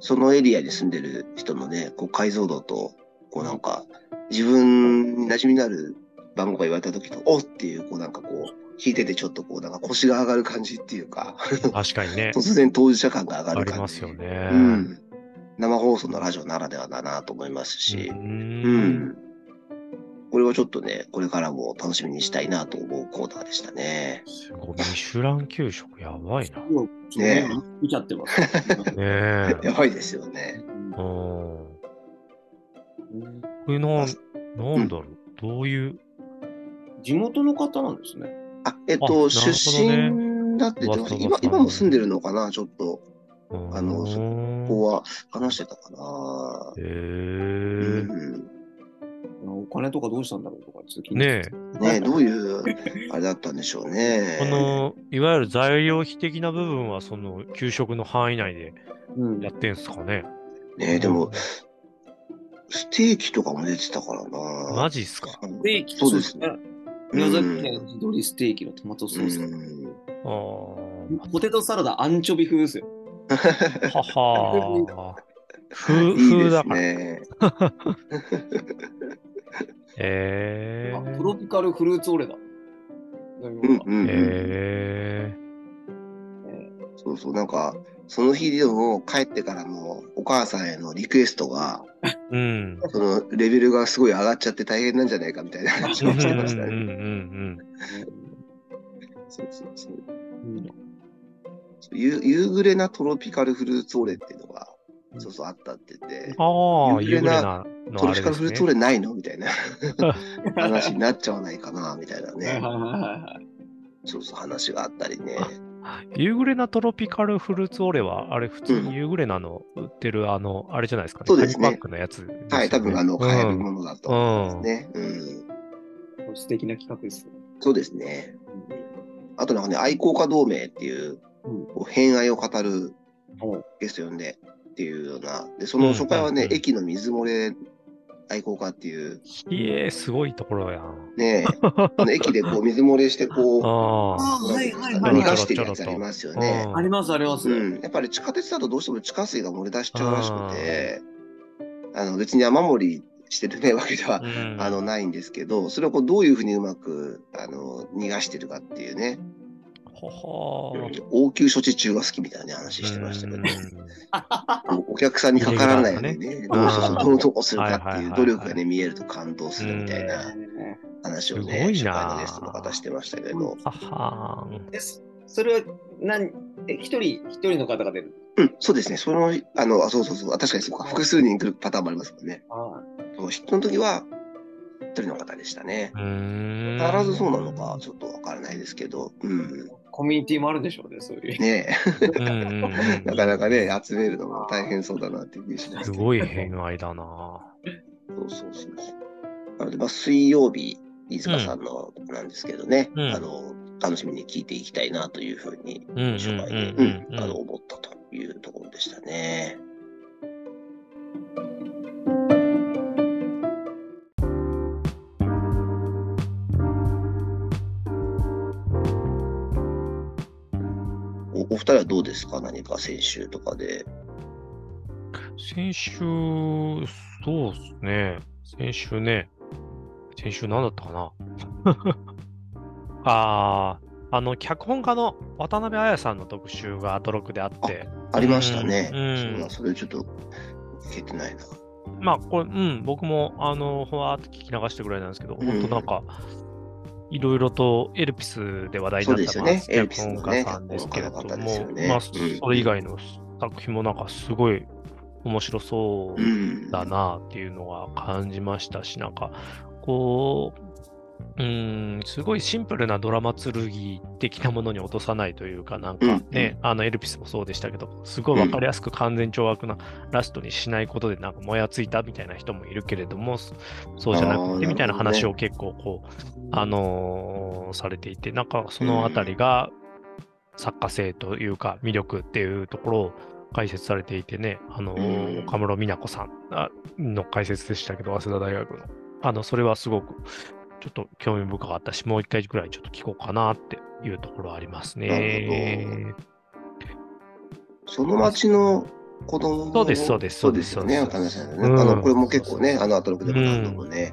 [SPEAKER 1] そのエリアに住んでる人のね、こう解像度と、こうなんか、自分に馴染みのある番号が言われた時と、おっっていう、こうなんかこう、聞いててちょっとこう、なんか腰が上がる感じっていうか、
[SPEAKER 3] 確かにね。
[SPEAKER 1] 突然当事者感が上が
[SPEAKER 3] あ
[SPEAKER 1] る
[SPEAKER 3] り
[SPEAKER 1] 感
[SPEAKER 3] ま
[SPEAKER 1] じ。
[SPEAKER 3] すよね。
[SPEAKER 1] うん。生放送のラジオならではだなと思いますし、
[SPEAKER 3] う。
[SPEAKER 1] うんん。これはちょっとね、これからも楽しみにしたいなと思うコーナーでしたね。
[SPEAKER 3] すごい。ミシュラン給食やばいな。ね
[SPEAKER 1] ね
[SPEAKER 2] ね見ちゃってます。
[SPEAKER 3] え。
[SPEAKER 1] やばいですよね。
[SPEAKER 3] うん。これなん、なんだろう。どういう。
[SPEAKER 2] 地元の方なんですね。
[SPEAKER 1] あ、えっ
[SPEAKER 3] あなるほ
[SPEAKER 1] と、
[SPEAKER 3] どね
[SPEAKER 1] 出身だって言ってました。
[SPEAKER 3] わざわ
[SPEAKER 1] 今、
[SPEAKER 3] ざ
[SPEAKER 1] 今も住んでるのかなちょっと、
[SPEAKER 3] あ
[SPEAKER 1] あのそここは話してたかな。
[SPEAKER 3] へ
[SPEAKER 1] う
[SPEAKER 3] え。
[SPEAKER 1] ん、
[SPEAKER 2] お金とかどうしたんだろうとか、ちょっと気になる
[SPEAKER 3] ねえ。
[SPEAKER 1] ねどういう、あれだったんでしょうね。
[SPEAKER 3] この、いわゆる材料費的な部分は、その、給食の範囲内で
[SPEAKER 2] うん
[SPEAKER 3] やってんすかね。
[SPEAKER 1] ねでも、ステーキとかも出てたからな。
[SPEAKER 3] マジっすか。
[SPEAKER 2] ステーキ
[SPEAKER 1] そうですね。。
[SPEAKER 2] 宮崎県地鶏ステーキのトマトソース。
[SPEAKER 1] うん
[SPEAKER 3] ああ。
[SPEAKER 2] ポテトサラダアンチョビ風ですよ。
[SPEAKER 3] は はー。風、
[SPEAKER 1] いい
[SPEAKER 3] 風
[SPEAKER 1] で
[SPEAKER 3] だ
[SPEAKER 1] す
[SPEAKER 3] から。
[SPEAKER 1] ね。
[SPEAKER 3] え
[SPEAKER 2] あ
[SPEAKER 3] ー
[SPEAKER 2] トロピカルフルーツオレだ。
[SPEAKER 1] うんうんうん
[SPEAKER 3] え
[SPEAKER 1] そうそう、なんか、その日でも帰ってからもお母さんへのリクエストが、
[SPEAKER 3] ーうん。
[SPEAKER 1] そのレベルがすごい上がっちゃって大変なんじゃないかみたいな話
[SPEAKER 3] うんう
[SPEAKER 1] を
[SPEAKER 3] ん
[SPEAKER 1] してましたね。
[SPEAKER 3] うん
[SPEAKER 1] そうそうそう
[SPEAKER 2] うん
[SPEAKER 1] 夕夕暮れなトロピカルフルーツオレっていうのが、そうそうあったって言って、
[SPEAKER 3] うん。ああ、
[SPEAKER 1] 夕
[SPEAKER 3] 夕
[SPEAKER 1] 暮
[SPEAKER 3] 暮
[SPEAKER 1] れな
[SPEAKER 3] れ
[SPEAKER 1] ト
[SPEAKER 3] なの
[SPEAKER 1] ロ
[SPEAKER 3] あ
[SPEAKER 1] ピ
[SPEAKER 3] れ
[SPEAKER 1] カル
[SPEAKER 3] で
[SPEAKER 1] フル
[SPEAKER 3] す
[SPEAKER 1] ーツオ
[SPEAKER 3] ね。
[SPEAKER 1] レないのみたいな話になっちゃわないかな、みたいな
[SPEAKER 2] はいはい
[SPEAKER 1] ね、
[SPEAKER 2] はいはい
[SPEAKER 1] そうそう話があったりね。
[SPEAKER 3] 夕暮れなトロピカルフルーツオレは、あれ普通
[SPEAKER 1] うん
[SPEAKER 3] に夕暮れなの売ってる、あの、あれじゃないですかね。
[SPEAKER 1] そうですね
[SPEAKER 3] 紙パックのやつですよね。
[SPEAKER 1] はい、多分あの、買える
[SPEAKER 3] うん
[SPEAKER 1] ものだと思いますね。うん。
[SPEAKER 2] これ素敵な企画ですね。
[SPEAKER 1] そうですね。あとなんかね、愛好家同盟っていう、
[SPEAKER 2] うん
[SPEAKER 1] こう偏愛を語る
[SPEAKER 2] お
[SPEAKER 1] ゲスト呼んでっていうような、で、その初回はね、
[SPEAKER 3] うんうんうん
[SPEAKER 1] 駅の水漏れ愛好家っていう、
[SPEAKER 3] いえ、すごいところやん。
[SPEAKER 1] ね、 あの駅でこう水漏れしてこう、
[SPEAKER 3] ああ。
[SPEAKER 2] あーはいはいはい
[SPEAKER 1] 逃がしてるやつありますよね。
[SPEAKER 2] ありますあります。
[SPEAKER 1] うん、やっぱり地下鉄だとどうしても地下水が漏れ出しちゃうらしくて、あの別に雨漏りしてるねわけでは、
[SPEAKER 3] うん
[SPEAKER 1] あのないんですけど、それをこうどういうふうにうまくあの逃がしてるかっていうね、
[SPEAKER 3] ほほー
[SPEAKER 1] 応急処置中が好きみたいなね話してましたけど、
[SPEAKER 3] うん
[SPEAKER 1] もうお客さんにかからないようにね、どうし
[SPEAKER 3] う
[SPEAKER 1] よ
[SPEAKER 3] ん
[SPEAKER 1] うどうどうするかって
[SPEAKER 3] はいはい
[SPEAKER 1] い
[SPEAKER 3] は
[SPEAKER 1] う
[SPEAKER 3] い
[SPEAKER 1] 努力がね見えると感動するみたい
[SPEAKER 2] え
[SPEAKER 1] な
[SPEAKER 2] ー
[SPEAKER 1] 話を
[SPEAKER 3] す
[SPEAKER 1] ね、
[SPEAKER 3] ごいな
[SPEAKER 1] 初回のゲストの方してましたけど、
[SPEAKER 3] ははーん。
[SPEAKER 2] えそそれは何え一人一人の方が出る
[SPEAKER 1] うん、そうですね、その、あの、あそうそうそう、あ確かにそうか、複数人来るパターンもありますもんね。
[SPEAKER 2] あ
[SPEAKER 1] その人の時は、一人の方でしたね。
[SPEAKER 3] うー
[SPEAKER 1] 必
[SPEAKER 3] ん
[SPEAKER 1] ずそうなのか、ちょっとわからないですけど、うん。
[SPEAKER 2] コミュニティもあるんでしょうね、そういう。
[SPEAKER 1] ね
[SPEAKER 3] うんうんうん
[SPEAKER 1] え、 なかなかね、集めるのも大変そうだなっていう気がしますすけど。
[SPEAKER 3] ごい偏愛だな。
[SPEAKER 1] そうそうそうそう。なので、まあ、水曜日、飯塚さんのなんですけどね、
[SPEAKER 3] うん
[SPEAKER 1] あの、楽しみに聞いていきたいなというふうに、
[SPEAKER 3] うんうん
[SPEAKER 1] 初回に、
[SPEAKER 3] う
[SPEAKER 1] うんんあの、思ったというところでしたね。おお二人はどうですか何か先週とかで。
[SPEAKER 3] 先週、そうっすね。先週ね。先週何だったかな。 ああ、あの、脚本家の渡辺彩さんの特集がアトロクであって、
[SPEAKER 1] ありましたね。
[SPEAKER 3] うん
[SPEAKER 1] そうだそれちょっと聞けてないな。
[SPEAKER 3] まあ、これ、うん、僕も、あの、ほわーっと聞き流してぐらいなんですけど、
[SPEAKER 1] うん
[SPEAKER 3] 本当なんか、いろいろとエルピスで話題になった
[SPEAKER 1] そうですよね
[SPEAKER 3] まあ脚本家さんですけれども、
[SPEAKER 1] エルピスのね脚本家の方ですよね
[SPEAKER 3] まあ、
[SPEAKER 1] うん
[SPEAKER 3] それ以外の作品もなんかすごい面白そう
[SPEAKER 1] うん。
[SPEAKER 3] だなっていうのは感じましたし、なんかこう、うん、すごいシンプルなドラマ剣的なものに落とさないというか、なんかね、あのエルピスもそうでしたけど、すごい分かりやすく完全懲悪なラストにしないことで、なんかもやついたみたいな人もいるけれども、そそうじゃな
[SPEAKER 1] あー
[SPEAKER 3] くてみたいな話を結構こう、あのーされていて、なんかそのあたりが作家性というか魅力っていうところを解説されていてね、あのー
[SPEAKER 1] うん
[SPEAKER 3] 岡室美奈子さんあの解説でしたけど、早稲田大学の。あの、それはすごくちょっと興味深かったし、もう一回ぐらいちょっと聞こうかなっていうところはあります
[SPEAKER 1] な
[SPEAKER 3] ね。
[SPEAKER 1] その町の子供
[SPEAKER 3] そうですそうです
[SPEAKER 1] そうですよね。
[SPEAKER 3] そ
[SPEAKER 1] お
[SPEAKER 3] うです
[SPEAKER 1] 話しされてね。
[SPEAKER 3] うん
[SPEAKER 1] あの、これも結構ね、あの、アトロクでも
[SPEAKER 3] うん
[SPEAKER 1] 何度もね、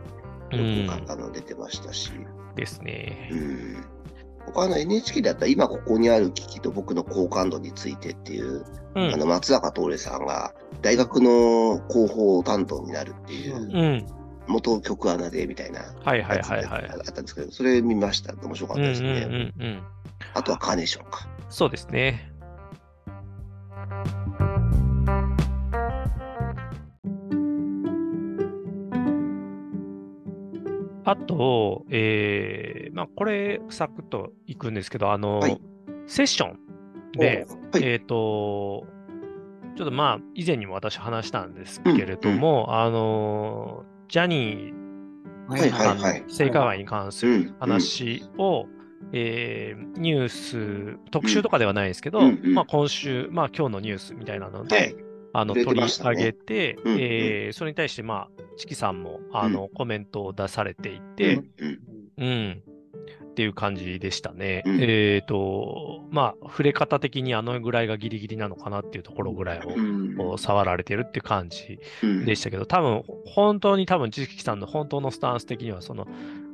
[SPEAKER 3] う
[SPEAKER 1] よ
[SPEAKER 3] ん
[SPEAKER 1] く、あの出てましたし。
[SPEAKER 3] ですね
[SPEAKER 1] う。ん。他の NHK だったら、今ここにある危機と僕の好感度についてっていう、
[SPEAKER 3] うん
[SPEAKER 1] あの、松坂桃李さんが大学の広報担当になるっていう、
[SPEAKER 2] うん
[SPEAKER 3] うん、
[SPEAKER 1] 元局アナでみたいな
[SPEAKER 3] はいはい
[SPEAKER 1] やつが
[SPEAKER 3] はいは
[SPEAKER 1] あ
[SPEAKER 3] い。
[SPEAKER 1] ったんですけど、それ見ました。面白かっ
[SPEAKER 3] う
[SPEAKER 1] た
[SPEAKER 3] んうん
[SPEAKER 1] ですね。
[SPEAKER 3] うんうん。
[SPEAKER 1] あとはカーネーションか。
[SPEAKER 3] そうですね。あと、えーまあ、これ、サクッといくんですけど、あの、
[SPEAKER 1] はい
[SPEAKER 3] セッションで、
[SPEAKER 1] おはい、
[SPEAKER 3] えっ、と、ちょっとまあ、以前にも私話したんですけれども、あの、ジャニー
[SPEAKER 1] はいはいはい。
[SPEAKER 3] 性加害に関す
[SPEAKER 1] うんうん
[SPEAKER 3] る話を、えーニュース、特集とかではないですけど、
[SPEAKER 1] うんうん
[SPEAKER 3] まあ、今週、まあ、今日のニュースみたいなので、
[SPEAKER 1] はい。
[SPEAKER 3] あの
[SPEAKER 1] 触れて
[SPEAKER 3] 取
[SPEAKER 1] ま
[SPEAKER 3] り
[SPEAKER 1] した
[SPEAKER 3] 上
[SPEAKER 1] ね
[SPEAKER 3] げて、
[SPEAKER 1] うんうん
[SPEAKER 3] えーそれに対して、まあ、チキさんもあの、コメントを出されていて、
[SPEAKER 1] うんうん
[SPEAKER 3] うんっていう感じでしたね。
[SPEAKER 1] うん
[SPEAKER 3] えっ、と、まあ、触れ方的にあのぐらいがギリギリなのかなっていうところぐらいを
[SPEAKER 1] うん
[SPEAKER 3] こう触られてるっていう感じ
[SPEAKER 1] うん
[SPEAKER 3] でしたけど、多分本当に多分知識さんの本当のスタンス的にはその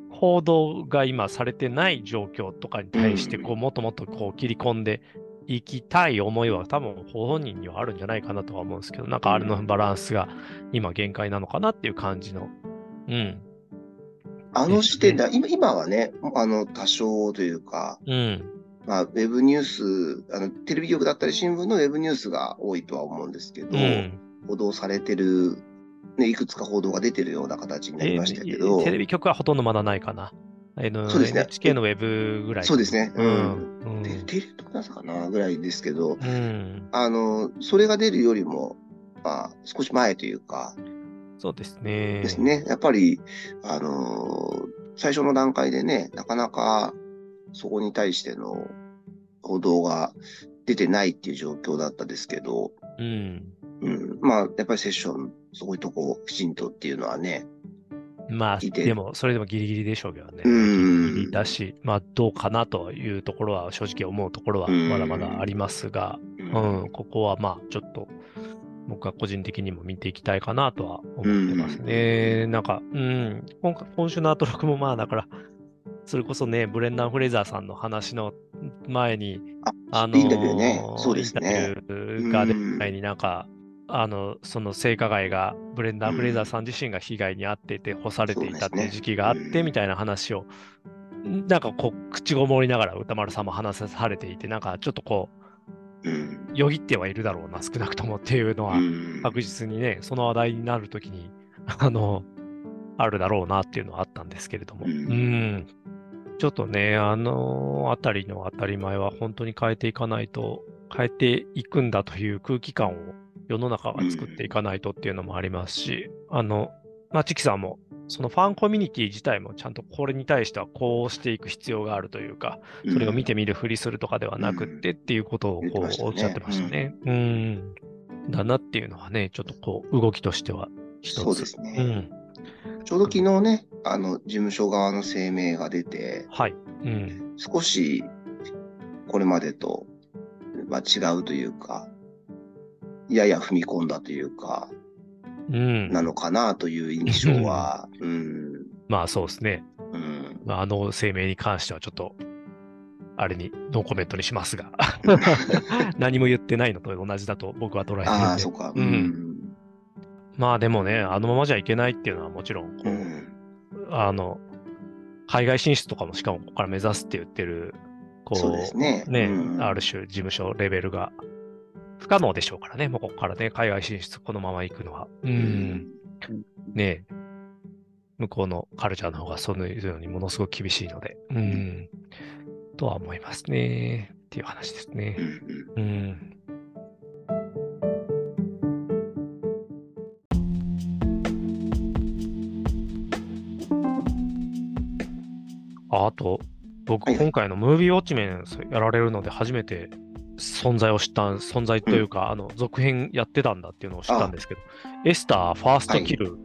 [SPEAKER 3] 報道が今されてない状況とかに対してこうもっともっとこう切り込んでいきたい思いは多分ご本人にはあるんじゃないかなとは思うんですけどなんかあれのバランスが今限界なのかなっていう感じのうん
[SPEAKER 1] あの時点では、今今はね、あの多少というか、
[SPEAKER 3] うん
[SPEAKER 1] まあ、ウェブニュースあの、テレビ局だったり新聞のウェブニュースが多いとは思うんですけど、
[SPEAKER 3] うん
[SPEAKER 1] 報道されてる、ね、いくつか報道が出てるような形になりましたけど、
[SPEAKER 3] えテレビ局はほとんどまだないかな。あの
[SPEAKER 1] そうですね
[SPEAKER 3] NHK のウェブぐらい。
[SPEAKER 1] そうですね
[SPEAKER 3] う
[SPEAKER 1] うん
[SPEAKER 3] ん。うん
[SPEAKER 1] テテレ東なさかなぐらいですけど、
[SPEAKER 3] うん
[SPEAKER 1] あのそれが出るよりも、まあ、少し前というか、
[SPEAKER 3] そうですね。
[SPEAKER 1] ですね、やっぱり、あの最初の段階でね、なかなかそこに対しての報道が出てないっていう状況だったですけど、
[SPEAKER 3] うん。
[SPEAKER 1] うん、まあ、やっぱりセッション、そういうとこをきちんとっていうのはね、
[SPEAKER 3] まあ、
[SPEAKER 1] 聞いて
[SPEAKER 3] でも、それでもギリギリでしょうけどね。
[SPEAKER 1] うん
[SPEAKER 3] ギリギリだし、まあ、どうかなというところは、正直思うところは
[SPEAKER 1] うん
[SPEAKER 3] まだまだありますが、
[SPEAKER 1] う
[SPEAKER 3] うん、ここはまあ、ちょっと、僕は個人的にも見ていきたいかなとは思ってますね。なんか、うん、今回今週のアトロクもまあ、だから、 それこそね、ブレンダン・フレイザーさんの話の前に、あの
[SPEAKER 1] インタビューねそうですね
[SPEAKER 3] インタビューが出る前になんか、あの、その性加害が、ブレンダー・フレイザーさん自身が被害に遭っていて、干されていたっていう時期があっ
[SPEAKER 1] そうですね
[SPEAKER 3] て、
[SPEAKER 1] うん
[SPEAKER 3] みたいな話を、なんかこう、口ごもりながら歌丸さんも話されていて、なんかちょっとこ
[SPEAKER 1] うん
[SPEAKER 3] う、よぎってはいるだろうな、少なくともっていうのは、
[SPEAKER 1] うん
[SPEAKER 3] 確実にね、その話題になるときに、 あの、あるだろうなっていうのはあったんですけれども、
[SPEAKER 1] う
[SPEAKER 3] うんん、ちょっとね、あのあたりの当たり前は本当に変えていかないと、変えていくんだという空気感を世の中が作っていかないとっていうのもありますし、あの、まあ、チキさんも、そのファンコミュニティ自体もちゃんとこれに対してはこうしていく必要があるというか、それを見て見るふりするとかではなくってっていうことを
[SPEAKER 1] 言って
[SPEAKER 3] こう
[SPEAKER 1] ましたね
[SPEAKER 3] おっしゃってましたね。うん。だなっていうのはね、ちょっとこう動きとしては一つ。
[SPEAKER 1] そうですね、
[SPEAKER 3] うん。
[SPEAKER 1] ちょうど昨日ね、あの事務所側の声明が出て、
[SPEAKER 3] はい。うん。
[SPEAKER 1] 少しこれまでと、まあ、違うというか、やや踏み込んだというか、
[SPEAKER 3] うん。
[SPEAKER 1] なのかなという印象は、うん、
[SPEAKER 3] まあそうですね。
[SPEAKER 1] うん、
[SPEAKER 3] まああの声明に関してはちょっと、あれに、ノーコメントにしま すが、何も言ってないのと同じだと僕は捉えてるんで。
[SPEAKER 1] ああ、そうか、うん、
[SPEAKER 3] まあでもね、あのままじゃいけないっていうのはもちろん、こ
[SPEAKER 1] う、
[SPEAKER 3] うんあの、海外進出とかもしかもここから目指すって言ってる、こ
[SPEAKER 1] そうですね。
[SPEAKER 3] ね、
[SPEAKER 1] うん
[SPEAKER 3] ある種事務所レベルが不可能でしょうからね、もうここからね、海外進出、このまま行くのは。う、
[SPEAKER 1] うんん、
[SPEAKER 3] ねえ向こうのカルチャーの方がそのようにものすごく厳しいので、うん、とは思いますね、っていう話です
[SPEAKER 1] う
[SPEAKER 3] ね。
[SPEAKER 1] ん
[SPEAKER 3] うん。あと、
[SPEAKER 1] は
[SPEAKER 3] 僕、
[SPEAKER 1] いはい
[SPEAKER 3] 今回のムービーウォッチメンやられるので、初めて存在を知った、存在というか、あの続編やってたんだっていうのを知ったんですけど、エスター、ファーストキル、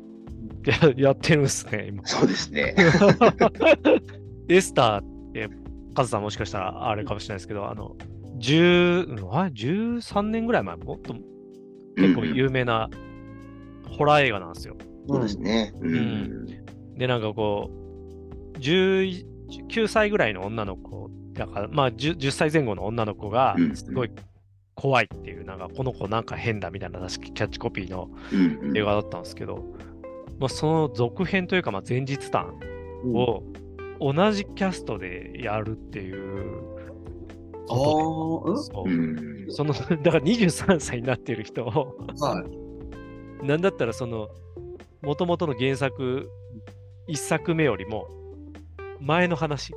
[SPEAKER 3] ややってるんです ね、今。
[SPEAKER 1] そうですね。
[SPEAKER 3] エスターって、カズさんもしかしたらあれかもしれないですけど、あの、10うんあ13年ぐらい前、もっと結構有名なホラー映画なんですよ。
[SPEAKER 1] そうですね。うん。
[SPEAKER 3] で、なんかこう、11 9歳ぐらいの女の子、だから、まあ 10, 10歳前後の女の子が
[SPEAKER 1] うん、
[SPEAKER 3] すごい怖いっていう、なんか、この子なんか変だみたいな確かキャッチコピーの
[SPEAKER 1] うん。
[SPEAKER 3] 映画だったんですけど、まあ、その続編というか、まあ、前日談を同じキャストでやるっていう
[SPEAKER 2] ああ
[SPEAKER 3] こ
[SPEAKER 2] ー、
[SPEAKER 3] と
[SPEAKER 2] う
[SPEAKER 3] で
[SPEAKER 2] ん
[SPEAKER 3] そううんそのだから23歳になってる人を
[SPEAKER 2] はい。
[SPEAKER 3] なんだったらそのもともとの原作1作目よりも前の話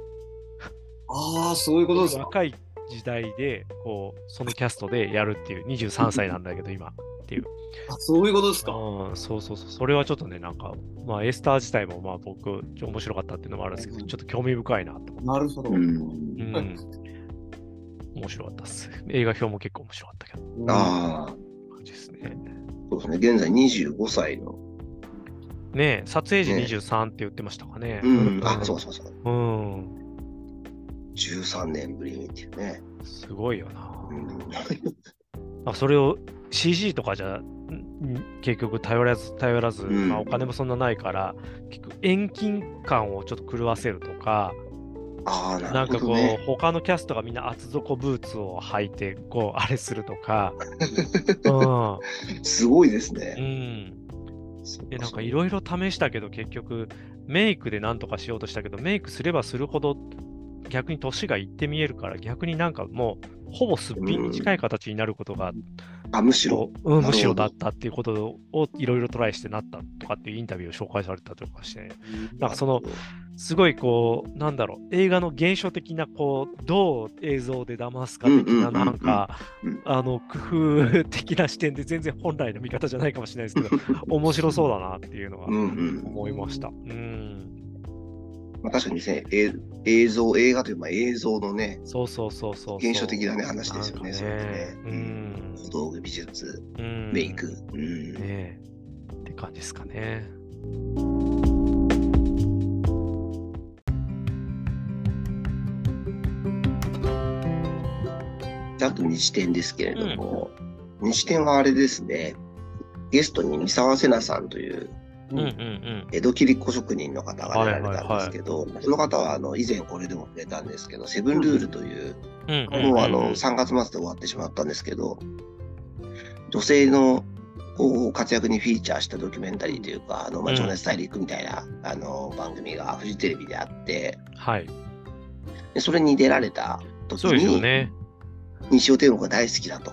[SPEAKER 2] ああ、そういうことですか。
[SPEAKER 3] 若い時代でこうそのキャストでやるっていう23歳なんだけど今
[SPEAKER 2] あそういうことですか。
[SPEAKER 3] うん、そうそうそう、それはちょっとね、なんか、まあ、エスター自体も、まあ、僕、ちょ面白かったっていうのもあるんですけど、ちょっと興味深いなと思って。
[SPEAKER 2] なるほど。
[SPEAKER 1] うん
[SPEAKER 3] うん。面白かったっす。映画表も結構面白かったけど、
[SPEAKER 1] ああ、
[SPEAKER 3] 感じですね。
[SPEAKER 1] そうですね。現在25歳の。
[SPEAKER 3] ねえ撮影時
[SPEAKER 1] ね
[SPEAKER 3] 23って言ってましたかね。
[SPEAKER 1] うん。あ、そうそうそう。
[SPEAKER 3] うん。
[SPEAKER 1] 13年ぶりにっていうね。
[SPEAKER 3] すごいよな
[SPEAKER 1] う。ん、
[SPEAKER 3] あそれを CG とかじゃん結局頼らず頼らず、
[SPEAKER 1] うん
[SPEAKER 3] まあ、お金もそんなないから結局遠近感をちょっと狂わせるとか、
[SPEAKER 1] ああ、
[SPEAKER 3] な
[SPEAKER 1] なんる
[SPEAKER 3] か
[SPEAKER 1] ほ
[SPEAKER 3] こう、
[SPEAKER 1] どね。
[SPEAKER 3] 他のキャストがみんな厚底ブーツを履いてこうあ れする とか、うん
[SPEAKER 1] すごいです
[SPEAKER 3] う
[SPEAKER 1] ね。
[SPEAKER 3] ん、
[SPEAKER 1] そっ
[SPEAKER 3] で
[SPEAKER 1] か
[SPEAKER 3] なん
[SPEAKER 1] そ
[SPEAKER 3] か
[SPEAKER 1] っ
[SPEAKER 3] いろいろ試したけど結局メイクでなんとかしようとしたけどメイクすればするほど逆に年がいって見えるから逆になんかもうほぼすっぴんに近い形になることが
[SPEAKER 1] あ、むしろ。
[SPEAKER 3] う
[SPEAKER 1] なるほ
[SPEAKER 3] ん、
[SPEAKER 1] ど
[SPEAKER 3] むしろだったっていうことをいろいろトライしてなったとかっていうインタビューを紹介されたりとかして、なんかそのすごいこう、なんだろう、映画の現象的な、こう、どう映像で騙すか的な、
[SPEAKER 1] うんうんうんうん
[SPEAKER 3] なんか
[SPEAKER 1] うん、
[SPEAKER 3] あの、工夫的な視点で、全然本来の見方じゃないかもしれないですけど、面白そうだなっていうのは
[SPEAKER 1] うんうん。
[SPEAKER 3] 思いました。うん、
[SPEAKER 1] まあ、確かにね、え映像、映画というまあ映像のね、
[SPEAKER 3] そうそうそうそう。
[SPEAKER 1] 現象的なね話ですよね
[SPEAKER 3] なんか
[SPEAKER 1] それってね
[SPEAKER 3] うん
[SPEAKER 1] 小道具、美術、
[SPEAKER 3] うん。
[SPEAKER 1] メイク。うん
[SPEAKER 3] ねえって感じですかね。
[SPEAKER 1] であと日展ですけれども、日展はあれですね、ゲストに三沢瀬奈さんという
[SPEAKER 3] うんうんうん。
[SPEAKER 1] 江戸切子職人の方が出られたんですけど、
[SPEAKER 3] はいはいはい
[SPEAKER 1] その方はあの以前これでも触れたんですけど、セブンルールという、
[SPEAKER 3] うんんん
[SPEAKER 1] もうあの3月末で終わってしまったんですけど、女性のこう活躍にフィーチャーしたドキュメンタリーというか、あのま
[SPEAKER 3] う
[SPEAKER 1] あ、
[SPEAKER 3] ん
[SPEAKER 1] 情熱大陸みたいな、あの番組がフジテレビであって、
[SPEAKER 3] はい。
[SPEAKER 1] でそれに出られた時
[SPEAKER 3] そうですよ
[SPEAKER 1] に、
[SPEAKER 3] ね。
[SPEAKER 1] 西尾天国が大好きだと。